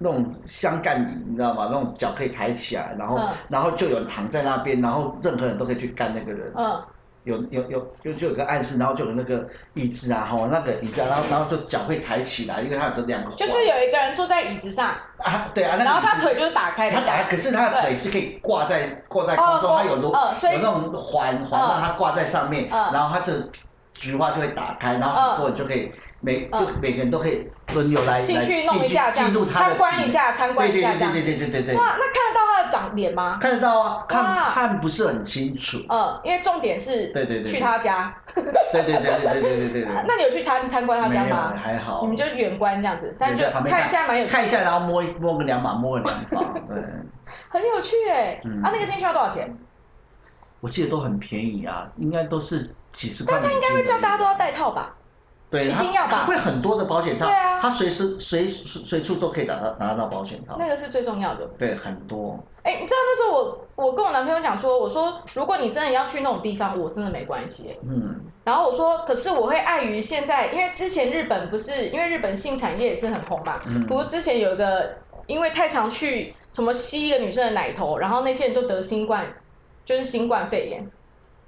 那种香干椅，你知道吗？那种脚可以抬起来，然后、嗯然后就有人躺在那边，然后任何人都可以去干那个人。嗯，有有有就就有个暗示，然后就有那个椅子啊，吼，那个椅子啊，然后然后就脚会抬起来，因为它有个两个环就是有一个人坐在椅子上，啊，对啊，那个椅子然后他腿就是打开的他这样打，，可是他的对腿是可以挂在挂在空中，哦它有螺嗯所以有那种环环嗯让它挂在上面，嗯然后它的菊花就会打开，然后很多人就可以每就嗯每个人都可以轮流来进去弄一下来进去进这样入他的参观体内一下参观一下对对对对对对对对，哇，那看得到他的长脸吗？看得到啊，看哇看不是很清楚，嗯，因为重点是对对对对去他家，对对对对对对对对对啊 *laughs* 那你有去参参观他没家有吗？还好，你们就远观这样子，但对就在旁边看一下蛮有趣的看一下，然后摸一摸个两把，摸个两把。对，很有趣哎、嗯啊，那个进去要多少钱？我记得都很便宜啊，应该都是几十块但美他金而已。应该会叫大家都要带套吧？对，一他定要吧他会很多的保险套，对啊他随时随随处都可以拿到拿到保险套那。个是最重要的。对，很多。哎、你知道那时候我我跟我男朋友讲说，我说如果你真的要去那种地方，我真的没关系欸、嗯，然然后我说，可是我会碍于现在，因为之前日本不是因为日本性产业也是很红嘛，嗯不过之前有一个因为太常去什么吸一个女生的奶头，然后那些人就得新冠，就是新冠肺炎，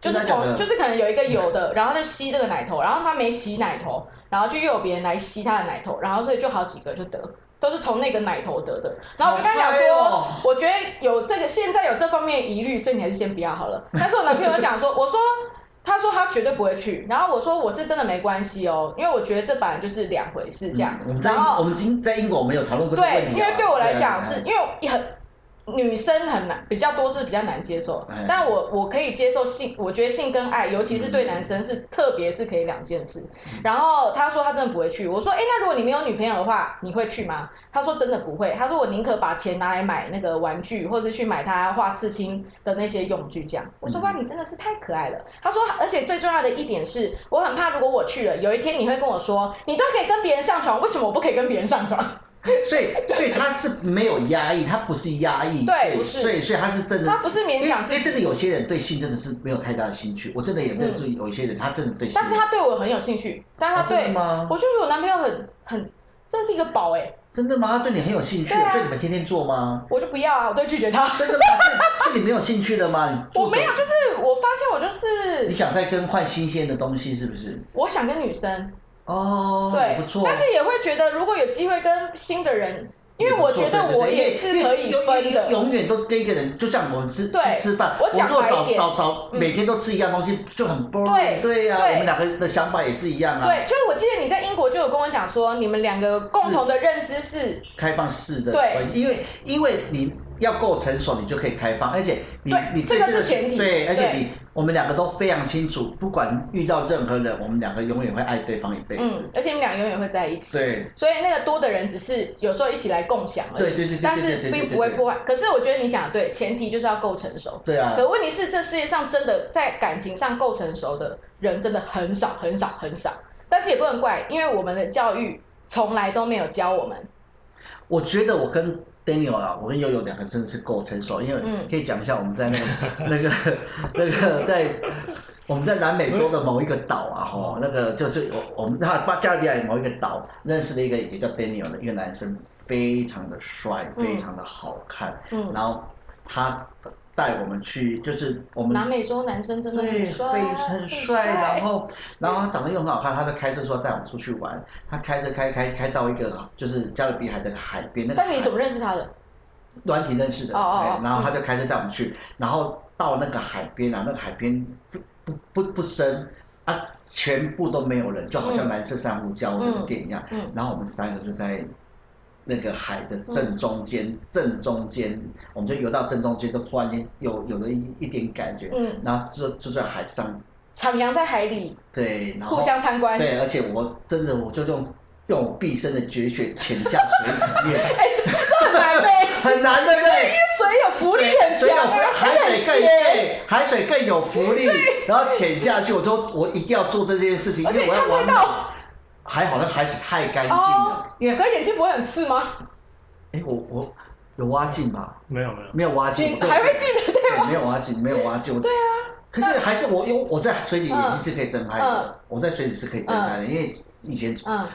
就是真的假的同就是可能有一个有的，然后就吸这个奶头，然后他没吸奶头，然后就又有别人来吸他的奶头，然后所以就好几个就得。都是从那个奶头得的，然后我就跟他讲说，好衰哦我觉得有这个现在有这方面疑虑，所以你还是先不要好了。但是我男朋友讲说，我说他说他绝对不会去，然后我说我是真的没关系哦，因为我觉得这本来就是两回事这样。嗯我们在然英我后们今在英国我们有讨论过这个问对题、，啊。因为对我来啊讲是、因为很。女生很难，比较多是比较难接受哎，但我我可以接受性，我觉得性跟爱，尤其是对男生是，特别是可以两件事。嗯然后他说他真的不会去，我说哎、那如果你没有女朋友的话，你会去吗？他说真的不会，他说我宁可把钱拿来买那个玩具，或者是去买他画刺青的那些用具这样。我嗯说哇，你真的是太可爱了。他说，而且最重要的一点是，我很怕如果我去了，有一天你会跟我说，你都可以跟别人上床，为什么我不可以跟别人上床？所以所以他是没有压抑，他不是压抑，对所以不是所以所以他是真的，他不是勉强因自为因为己真的有些人对性真的是没有太大的兴趣，我真的也认识有一些人，他真的对性，但是他对我很有兴趣，但是他哦对、真的吗我觉得我男朋友很很，真是一个宝哎、真的吗？他对你很有兴趣，对啊所以你们天天做吗？我就不要啊，我都拒绝 *laughs* 他。真的吗？是 *laughs* 是你没有兴趣的吗？你做我没有，这就种，是我发现我就是你想再更换新鲜的东西是不是？我想跟女生哦，对，不错，但是也会觉得如果有机会跟新的人，因为我觉得我也是可以分因为的。永远都是跟一个人，就像我们吃吃对吃饭，我我讲如果白早一点早早嗯每天都吃一样东西就很 boring，对对呀，对我们两个的想法也是一样啊，对，就是我记得你在英国就有跟我讲说，你们两个共同的认知是，开放式的对关系，因为因为你要够成熟，你就可以开放，而且你对你对这个这个是前提对，而且对你我们两个都非常清楚，不管遇到任何人，我们两个永远会爱对方一辈子嗯，，而且你们俩永远会在一起。对所以那个多的人只是有时候一起来共享而已，对对对对对但是对对对并对不会破坏。可是我觉得你讲的对，前提就是要够成熟。对啊，可问题是，这世界上真的在感情上够成熟的人真的很少很少很少，但是也不能怪，因为我们的教育从来都没有教我们。我觉得我跟 Daniel 啊，我跟悠悠两个真的是够成熟，因为嗯可以讲一下我们在那个、那个那个在我们在南美洲的某一个岛啊，吼，那个就是我我们那巴加利亚某一个岛认识了一个也叫 Daniel 的一个男生，非常的帅，嗯非常的好看，嗯，然后他带我们去，就是我们南美洲男生真的对，很帅，非常帅。然后，然后他长得又很好看，他在开车说带我们出去玩。他开车开开开到一个就是加勒比海的海边，那个但你怎么认识他的？软体认识的？哦哦哎哦然后他就开车带我们去，然后到那个海边啊，那个海边不不不不深啊，全部都没有人，就好像嗯蓝色珊瑚礁那个嗯电影一样。嗯然后我们三个就在那个海的正中间，正中间，我们就游到正中间，就突然间有有了一一点感觉，嗯，然后就就在海上徜徉在海里，对，然后互相参观。对，而且我真的我就用用我毕生的绝学潜下水里面，哎，这这很难呗，很难， *laughs* 对不对？水有浮力很水水有强浮啊，海很水更咸，对，海水更有浮力，然后潜下去，我说我一定要做这件事情，而因且为我要看玩不。到。还好那海水太干净哦了，，因为可眼睛不会很刺吗？哎，我我有挖镜吧？没有没有，没有挖镜，你我都有还会记得对对，吗？没有挖镜，没有挖镜，我对嗯啊，可是还是我因为我在水里眼睛是可以睁开的，我在水里是可以睁开的，因为以前嗯，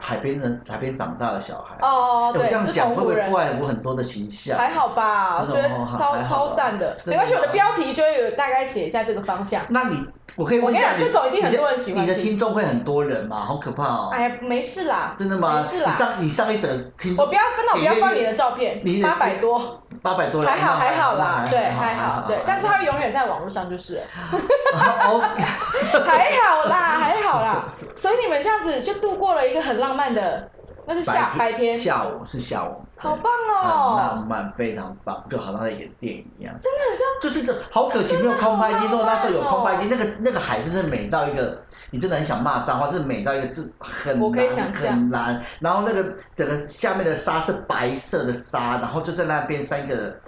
海边人海边长大的小孩，哦，哎我对，这样是讲同会不湖会人。怪我很多的形象？还好吧，我觉得真的哦还超还好超吧赞的，真的没关系，我的吗标题就会有大概写一下这个方向。那你，我可以问一下我你，跟你讲这种一定很多你人的喜欢你的听听众会很多人嘛？好可怕哦！哎呀，没事啦，真的吗？没事啦你上你上一整听我众不要，真的我不要放你的你照的片，八百多，八百多人，还好那还好啦，那对，还好对，但是他永远在网络上就是了， *laughs* 哦 *laughs* 还好啦，还好啦，所以你们这样子就度过了一个很浪漫的，那是下白天，下午是下午，好棒很哦浪，漫，非常棒，就好像在演电影一样。真的很像就是这好可惜没有空拍机，真的好浪漫哦如果那时候有空拍机，啊那个那个海真的美到一个，你真的很想骂脏话，是美到一个字很我可以难想象很难。然后那个整个下面的沙是白色的沙，然后就在那边三个人，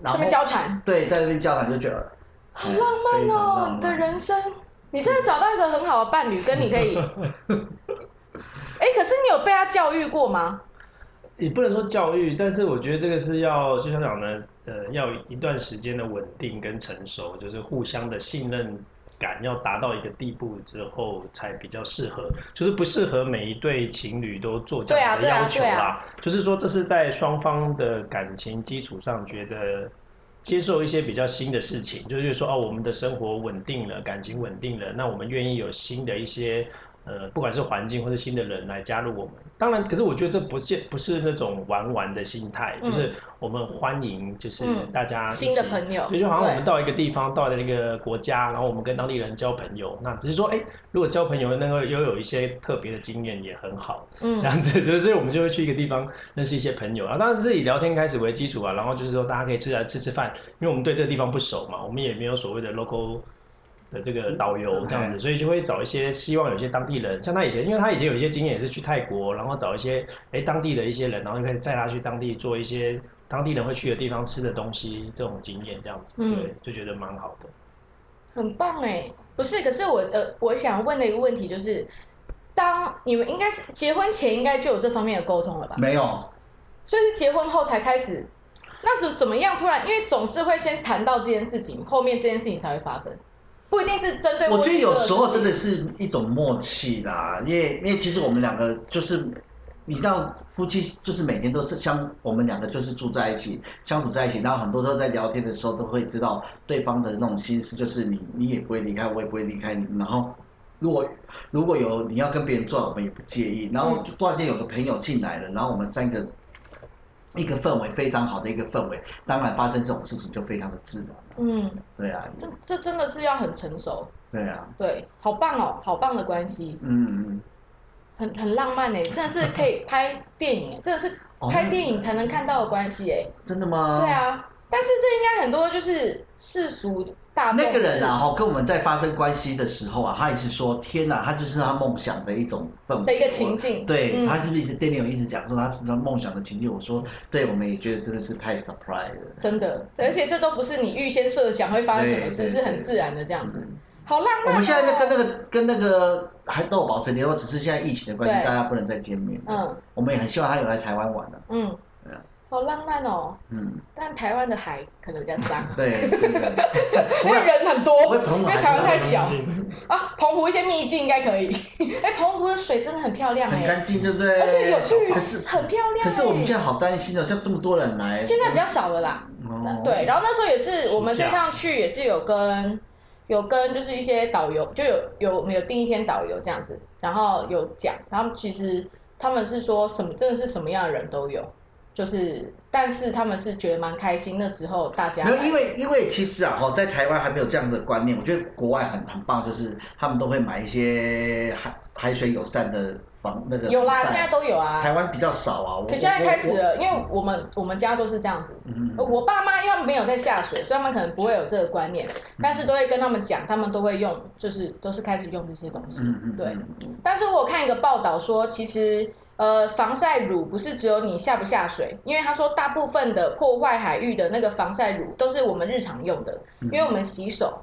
然这后边交缠，对，在那边交谈就觉得哎好浪漫非常浪哦，漫你的人生，你真的找到一个很好的伴侣，跟你可 *laughs* 以。哎、可是你有被他教育过吗？也不能说教育，但是我觉得这个是要，就像讲呢，呃，要一段时间的稳定跟成熟，就是互相的信任感要达到一个地步之后，才比较适合，就是不适合每一对情侣都做这样的对啊对啊要求对啊啦。就是说，这是在双方的感情基础上，觉得接受一些比较新的事情，就是说，哦，我们的生活稳定了，感情稳定了，那我们愿意有新的一些。呃，不管是环境或者新的人来加入我们，当然，可是我觉得这不是不是那种玩玩的心态，嗯就是我们欢迎，就是嗯大家一新的起朋友对，就好像我对们到一个地方，到了一个国家，然后我们跟当地人交朋友，那只是说，哎，如果交朋友能够又有一些特别的经验也很好，*laughs* 嗯这样子，所以所以我们就会去一个地方认识一些朋友啊，当然是以聊天开始为基础啊，然后就是说大家可以吃来吃吃饭，因为我们对这个地方不熟嘛，我们也没有所谓的 local 的这个导游这样嗯子，所以就会找一些希望有一些当地人，像他以前，因为他以前有一些经验也是去泰国，然后找一些哎当地的一些人，然后就可以带他去当地做一些当地人会去的地方吃的东西，这种经验这样子，嗯对，就觉得蛮好的。很棒哎，不是，可是我呃，我想问的一个问题就是，当你们应该是结婚前应该就有这方面的沟通了吧？没有，所以是结婚后才开始，那是怎么样突然？因为总是会先谈到这件事情，后面这件事情才会发生，不一定是针对我觉得去做有的时候事真的情是一种默契啦，因为因为其实我们两个就是，你知道夫妻就是每天都是相，我们两个就是住在一起，相处在一起，然后很多时候在聊天的时候都会知道对方的那种心思，就是你你也不会离开，我也不会离开你，然后。如果如果有你要跟别人做，我们也不介意。然后突然间有个朋友进来了，然后我们三个一个氛围非常好的一个氛围，当然发生这种事情就非常的自然。嗯，对啊，这这真的是要很成熟，对啊，对，好棒哦，好棒的关系，嗯嗯。很很浪 *laughs* 漫哎，真的是可以拍电影欸，真的是哦拍电影才能看到的关系哎。真的吗？对。啊，但是这应该很多就是世俗大众那个人是啊，哈，跟我们在发生关系的时候啊，他也是说，天哪，他就是他梦想的一种氛围的一个情。境，对、嗯他是不是一直 Daniel 一直讲说他是他梦想的情境？我说，对，我们也觉得真的是太 surprise 了。真的，而且这都不是你预先设想会发生什么事，对对是很自然的这样子，嗯好浪漫、哦。我们现在在跟那个跟那个还都有保持联络，只是现在疫情的关对系，大家不能再见面。嗯我们也很希望他有来台湾玩的、嗯对啊，好浪漫哦。嗯，但台湾的海可能比较 *laughs* 脏， *laughs* 对，真的。因为 *laughs* 人很多，不会澎因湖为还是台湾很太干小啊。澎湖一些秘境应该可以。 *laughs* 哎，澎湖的水真的很漂亮很哎，干净，对不对？而且有趣可，是很漂亮哎。可是我们现在好担心哦，像这么多人来。现在比较少了啦。哦对，然后那时候也是暑假我们这趟去也是有跟有跟就是一些导游，就有有我们有定一天导游这样子，然后有讲，然后其实他们是说什么真的是什么样的人都有，就是但是他们是觉得蛮开心那时候大家没有，来因为因为其实啊，哈，在台湾还没有这样的观念，我觉得国外很很棒，就是他们都会买一些海海水友善的防那个有啦，防现晒在都有啊，台湾比较少啊。我可现在开始，我我了，因为我们我们家都是这样子，嗯，呃我爸妈因为他们没有在下水，所以他们可能不会有这个观嗯念，但是都会跟他们讲，他们都会用，就是都是开始用这些东西，嗯嗯，对。嗯但是我有看一个报道说，其实呃，防晒乳不是只有你下不下水，因为他说大部分的破坏海域的那个防晒乳都是我们日常用的，嗯因为我们洗手，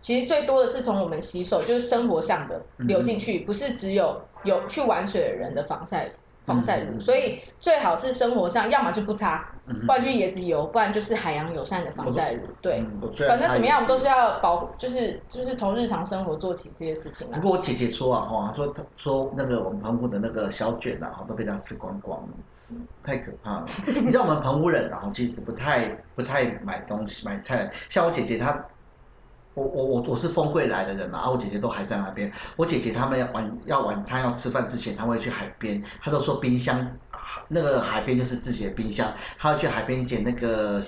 其实最多的是从我们洗手，就是生活上的嗯流进去，不是只有有去玩水的人的防晒防晒乳，嗯所以最好是生活上，要么就不擦，嗯不然就是椰子油，不然就是海洋友善的防晒乳，对。嗯我虽然反正差怎么一样，我点们都是要保护，就是就是从日常生活做起这些事情啊不。过我姐姐说啊，哈，她说她说那个我们澎湖的那个小卷啊，哈都被她吃光光了，太可怕 *laughs* 了。你知道我们澎湖人啊，其实不太不太买东西买菜，像我姐姐她。我我我我是丰贵来的人嘛，啊，我姐姐都还在那边。我姐姐她们要晚要晚餐要吃饭之前，她会去海边，她都说冰箱，那个海边就是自己的冰箱，她要去海边捡那个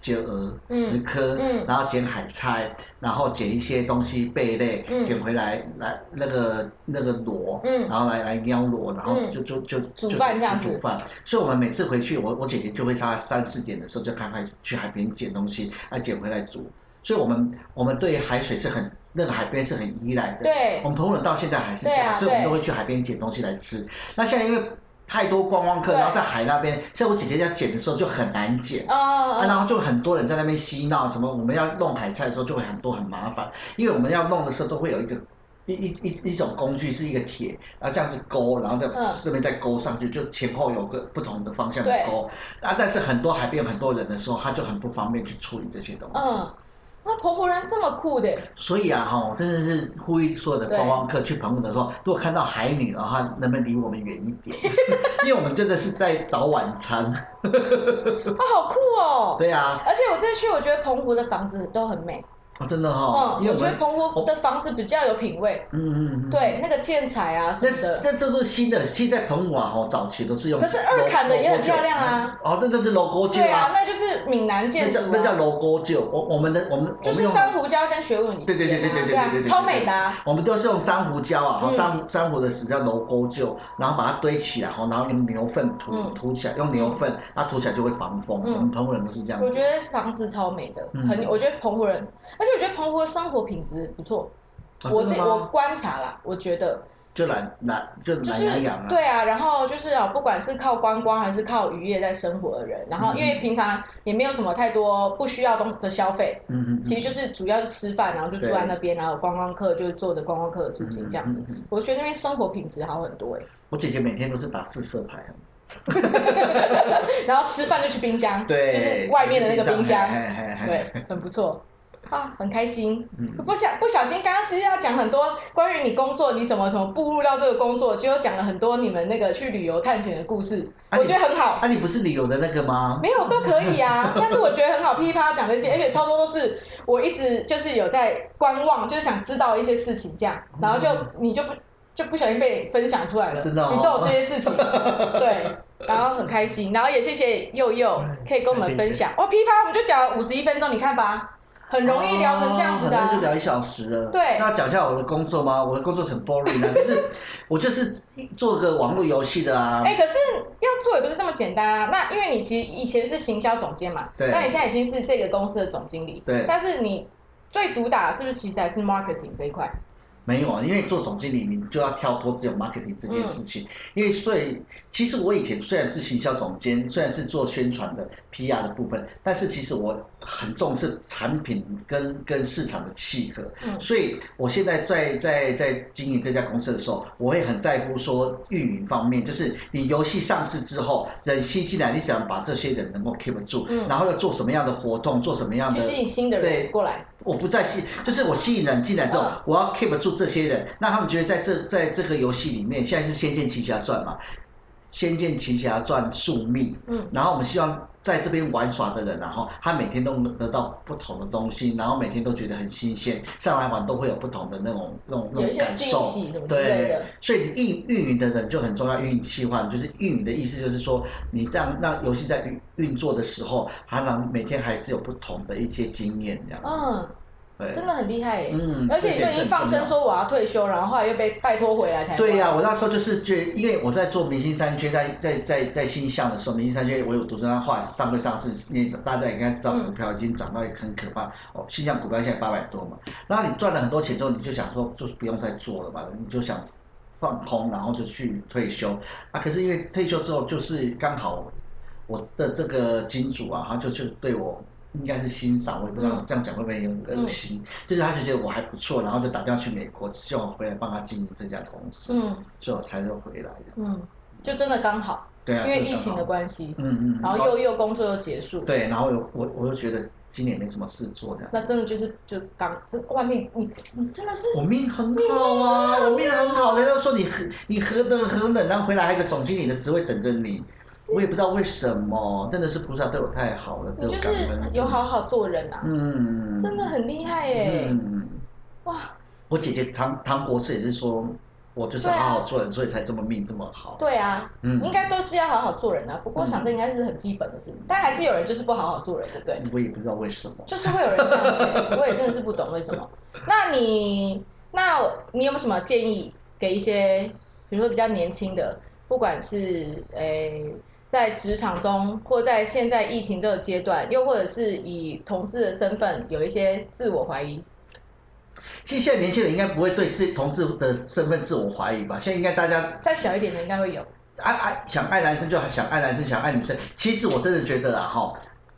捡鹅、嗯石科，嗯然后捡海菜，然后捡一些东西贝类嗯，捡回来来那个那个螺，嗯然后来来撩螺，然后嗯就就就煮就饭就这样子煮饭。所以我们每次回去，我我姐姐就会她三四点的时候就赶快去海边捡东西，啊捡回来煮。所以我们我们对海水是很那个海边是很依赖的。对我，们朋友到现在还是这对啊样，所以我们对都会去海边捡东西来吃。那现在因为太多观光客，对然后在海那边，像我姐姐要捡的时候就很难捡。啊啊，然后就很多人在那边嬉闹，什么我们要弄海菜的时候就会很多很麻烦，因为我们要弄的时候都会有一个一一一一种工具是一个铁，然后这样子勾，然后再、嗯这边再勾上去，就前后有个不同的方向的对勾啊。但是很多海边有很多人的时候，他就很不方便去处理这些东西。嗯，那澎湖人这么酷的，所以啊，哈，我真的是呼吁所有的观光客去澎湖的时候，如果看到海女的话，能不能离我们远一 *laughs* 点？因为我们真的是在找晚餐。啊，好酷哦！对啊，而且我这次去，我觉得澎湖的房子都很美。哦真的哈、嗯，因为我觉得们澎湖的房子比较有品味，嗯嗯嗯，。对那个建材啊什那么的。这这都是新的，其实，在澎湖啊，哦，早期都是用。可是二坎的也很漂亮啊。哦，那那是楼沟旧对啊，，那就是闽南那建筑、叫啊，那叫楼沟旧。我我们的我们我就们是用珊瑚礁跟学文里面啊、对对对对对对对对啊对，超美的、啊。我们都是用珊瑚礁啊，嗯哦珊瑚珊瑚的石叫楼沟臼，然后把它堆起来，哦然后用牛粪涂嗯涂起来，用牛粪，它涂起来就会防风。嗯我们澎湖人都是这样我子觉。得房子超美的，嗯很，我觉得澎湖人，而且我觉得澎湖的生活品质不错。啊我真的这吗我观察啦，我觉得就懒懒就就懒是洋洋啊。对啊，然后就是啊，不管是靠观光还是靠渔业在生活的人，然后因为嗯平常也没有什么太多不需要东的消费，嗯，嗯嗯，其实就是主要是吃饭，然后就住在那边，然后观光客就是做着观光客的事情这样子。嗯嗯嗯我觉得那边生活品质好很多哎、我姐姐每天都是打四色牌啊，然后吃饭就去冰箱，对，就是外面的那个冰箱，嘿嘿嘿对，很不错啊，很开心。嗯不小不小心，刚刚其实要讲很多关于你工作，你怎么怎么步入到这个工作，结果讲了很多你们那个去旅游探险的故事，啊我你觉得很好。啊，你不是旅游的那个吗？ *laughs* 没有都可以啊，但是我觉得很好，噼里啪啦讲这些，而且超多都是我一直就是有在观望，就是想知道一些事情这样，然后就你就不就不小心被你分享出来了，嗯真的哦你都有这些事情， *laughs* 对。然后很开心，然后也谢谢佑佑嗯可以跟我们分享。哇，噼啪，我们就讲了五十一分钟，你看吧，很容易聊成这样子的哦啊、很快就聊一小时了。对那讲一下我的工作吗？我的工作是很 boring 的、 *laughs* 就是我就是做个网络游戏的啊。哎、可是要做也不是这么简单啊。那因为你其实以前是行销总监嘛，对那你现在已经是这个公司的总经理，对但是你最主打是不是其实还是 marketing 这一块？没有啊，因为做总经理，你就要跳脱只有 marketing 这件事嗯情。因为所以，其实我以前虽然是行销总监，虽然是做宣传的 PR 的部分，但是其实我很重视产品跟跟市场的契合。嗯所以我现在在在在经营这家公司的时候，我会很在乎说运营方面，就是你游戏上市之后，人吸进来，你想把这些人能够 keep 住，嗯然后要做什么样的活动，做什么样去的吸引新的人对过来，我不再吸，就是我吸引人进来之后，嗯我要 keep 住这些人，让他们觉得在这在这个游戏里面，现在是《仙剑奇侠传》嘛，《仙剑奇侠传》宿命，嗯，然后我们希望在这边玩耍的人，然后他每天都能得到不同的东西，然后每天都觉得很新鲜，上来玩都会有不同的那种那种那有种一些感惊受喜什么，之类对的，所以你运运营的人就很重要，运营企划就是运营的意思就是说，你这样让游戏在运运作的时候，它能每天还是有不同的一些经验这样，嗯，对，真的很厉害耶。嗯而且你就已经放声说我要退休，然后后来又被拜托回来台湾。对呀、我那时候就是觉得，因为我在做明星三缺，在在在在新项的时候，明星三缺我有读中央话上会上市，那大家应该知道股票已经涨到一个很可怕哦，新项股票现在八百多嘛，然后你赚了很多钱之后，你就想说就是不用再做了吧，你就想放空，然后就去退休啊。可是因为退休之后，就是刚好我的这个金主啊，他就是对我。应该是欣赏，我也不知道嗯这样讲会不会有点恶心，就是他就觉得我还不错，然后就打电话去美国，希望我回来帮他经营这家公司。嗯所以我才又回来的。嗯，就真的刚好，对啊，因为这个疫情的刚好，关系，嗯嗯，然后又又工作又结束，，对，然后又我我又觉得今年没什么事做的，那真的就是就刚，这哇你你你真的是我命很好啊，我命很好，人家说你何你何等何等，然后回来还有一个总经理的职位等着你，我也不知道为什么，真的是菩萨对我太好了，你这就种感是恩。有好，好做人啊，嗯，真的很厉害耶！嗯，哇，我姐姐唐唐国师也是说。我就是对好啊好做人，所以才这么命这么好。对啊，嗯应该都是要好好做人啊。不过我想这应该是很基本的事，但还是有人就是不好好做人，对不对？我也不知道为什么。就是会有人这样子欸、我也真的是不懂为什么。那你，那你有没有什么建议给一些，比如说比较年轻的，不管是诶、在职场中，或在现在疫情这个阶段，又或者是以同志的身份有一些自我怀疑，其实现在年轻人应该不会对自同志的身份自我怀疑吧？现在应该大家再小一点的应该会有。爱爱想爱男生就想爱男生，想爱女生。其实我真的觉得啊，哈，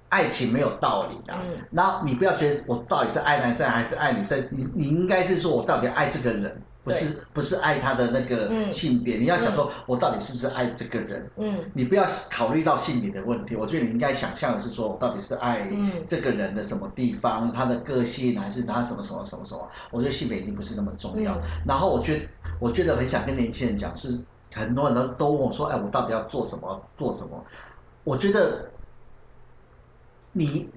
爱情没有道理的、嗯然后你不要觉得我到底是爱男生还是爱女生，你你应该是说我到底爱这个人，不是不是爱他的那个嗯性别。你要想说我到底是不是爱这个人，嗯你不要考虑到性别的问题。我觉得你应该想象的是说我到底是爱嗯这个人的什么地方，他的个性还是他什么什么什么什么。我觉得性别已经不是那么重要。嗯然后我觉得我觉得很想跟年轻人讲是。很多人都都问我说：“哎，我到底要做什么？做什么？”我觉得你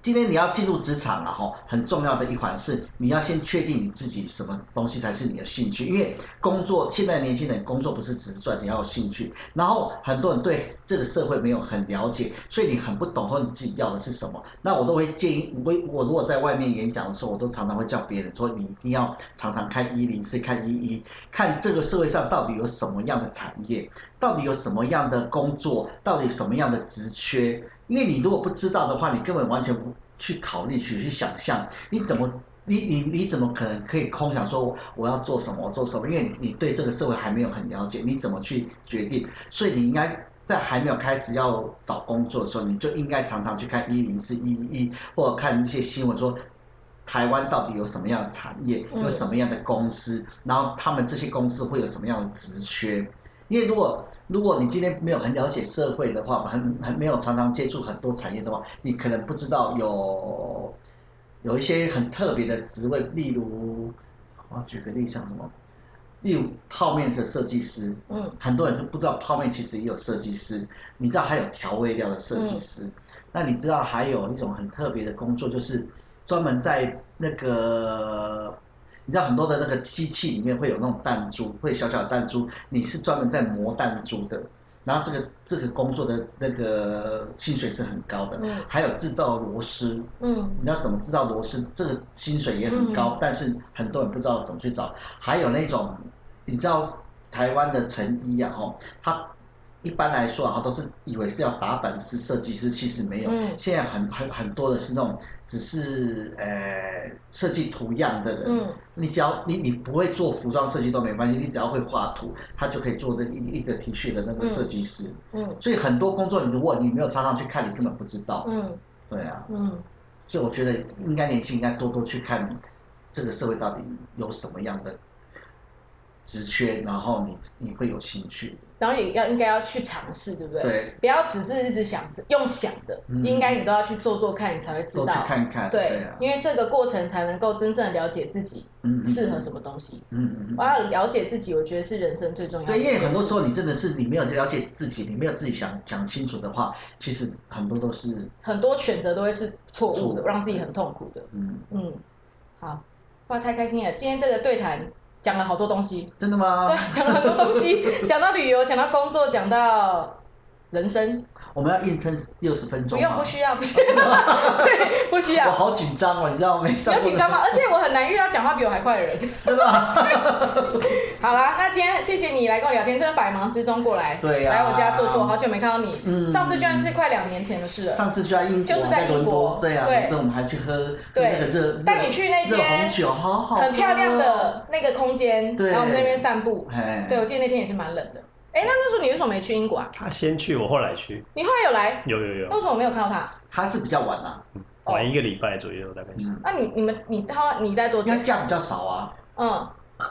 今天你要进入职场了哈，很重要的一环是你要先确定你自己什么东西才是你的兴趣，因为工作现在年轻人工作不是只是赚钱，要有兴趣。然后很多人对这个社会没有很了解，所以你很不懂说你自己要的是什么。那我都会建议，我我如果在外面演讲的时候，我都常常会叫别人说，你一定要常常看一零四，看一一，看这个社会上到底有什么样的产业，到底有什么样的工作，到底有什么样的职缺。因为你如果不知道的话，你根本完全不去考虑、去去想象，你怎么？你你你怎么可能可以空想说我我要做什么我做什么？因为你你对这个社会还没有很了解，你怎么去决定？所以你应该在还没有开始要找工作的时候，你就应该常常去看一零四一一，或者看一些新闻说台湾到底有什么样的产业，嗯有什么样的公司，然后他们这些公司会有什么样的职缺。因为如果如果你今天没有很了解社会的话，很很没有常常接触很多产业的话，你可能不知道有有一些很特别的职位，例如我举个例，像什么，例如泡面的设计师，嗯很多人就不知道泡面其实也有设计师，你知道还有调味料的设计师，那你知道还有一种很特别的工作，就是专门在那个，你知道很多的那个机器里面会有那种弹珠，会小小的弹珠，你是专门在磨弹珠的，然后这个这个工作的那个薪水是很高的，嗯还有制造螺丝，嗯你知道怎么制造螺丝，这个薪水也很高，嗯但是很多人不知道怎么去找。还有那种，你知道台湾的成衣啊，哦，它一般来说啊，都是以为是要打版师、设计师，其实没有。嗯现在很很很多的是那种只是呃设计图样的人，嗯你只要你你不会做服装设计都没关系，你只要会画图，他就可以做的一一个 T 恤的那个设计师。嗯所以很多工作，如果你没有常常去看，你根本不知道。嗯对啊。嗯所以我觉得应该年轻应该多多去看这个社会到底有什么样的职缺，然后你你会有兴趣。然后也要应该要去尝试，对不对？对，不要只是一直想着用想的，嗯应该你都要去做做看，你才会知多去道。看看。对，啊，因为这个过程才能够真正了解自己嗯适合么？什么东西。嗯嗯嗯我要了解自己，我觉得是人生最重要的。对，因为很多时候你真的是你没有了解自己，你没有自己想想清楚的话，其实很多都是很多选择都会是错误错的，误让自己很痛苦的。嗯，嗯，好，哇，太开心了！今天这个对谈讲了好多东西，真的吗？对，讲了很多东西，讲到旅游，讲到工作，讲到人生，我们要硬撑六十分不钟用吗不需要，不需要， *laughs* 对，不需我要。好紧张哦，你知道没？你上有过紧张吗？？而且我很难遇到讲话比我还快的人。真的吗？ *laughs* 好啦，那今天谢谢你来跟我聊天，真的百忙之中过来，对呀来我家坐坐，好久没看到你，嗯上次居然是快两年前的事了。上次去在英国，就是在英伦国敦，对啊，对伦敦我们还去喝喝对那个热，带你去那热间热红酒，好好，哦很漂亮。的那个空间，对然后我们在那边散步。哎，对，我记得那天也是蛮冷的。哎，那那时候你为什么没去英国啊？他先去，我后来去，你后来有来，有有那为有，什么我没有看到他？它是比较晚啦、玩一个礼拜左右大概是。嗯，那啊你你们你他你在做因为假比较少啊。嗯，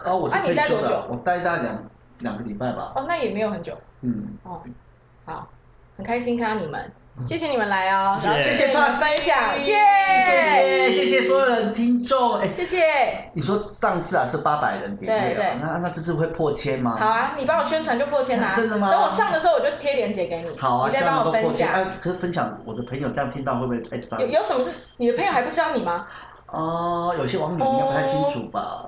然后我是啊退你待休多的久，我待大概两两个礼拜吧。哦，那也没有很久嗯，哦。好，很开心看到你们，谢谢你们来哦，嗯谢谢然后谢谢 Trust，谢你们分享，谢谢谢谢谢所有人听众。哎，谢谢。你说上次啊是八百人点阅啊对对，那那这次会破千吗？好啊，你帮我宣传就破千啦、真的吗等我上的时候我就贴链接给你，好啊，你再希望能帮我够分破千。享。哎，可是分享我的朋友这样听到会不会太脏有？有什么是你的朋友还不知道你 *laughs* 吗？哦，有些网友应该不太清楚吧？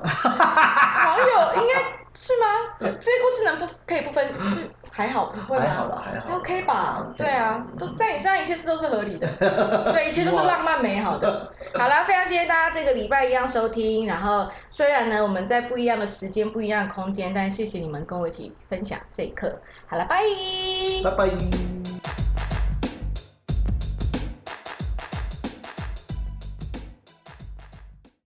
网友应该是吗？这这些故事能不可以不分是还好不会吗？还好啦，还好啦。啊 OK 吧？ OK 对啊，都是在你身上，一切事都是合理的，对，一切都是浪漫美好的。好啦，非常谢谢大家这个礼拜一样收听。然后虽然呢我们在不一样的时间、不一样的空间，但谢谢你们跟我一起分享这一刻。好了，拜。拜拜。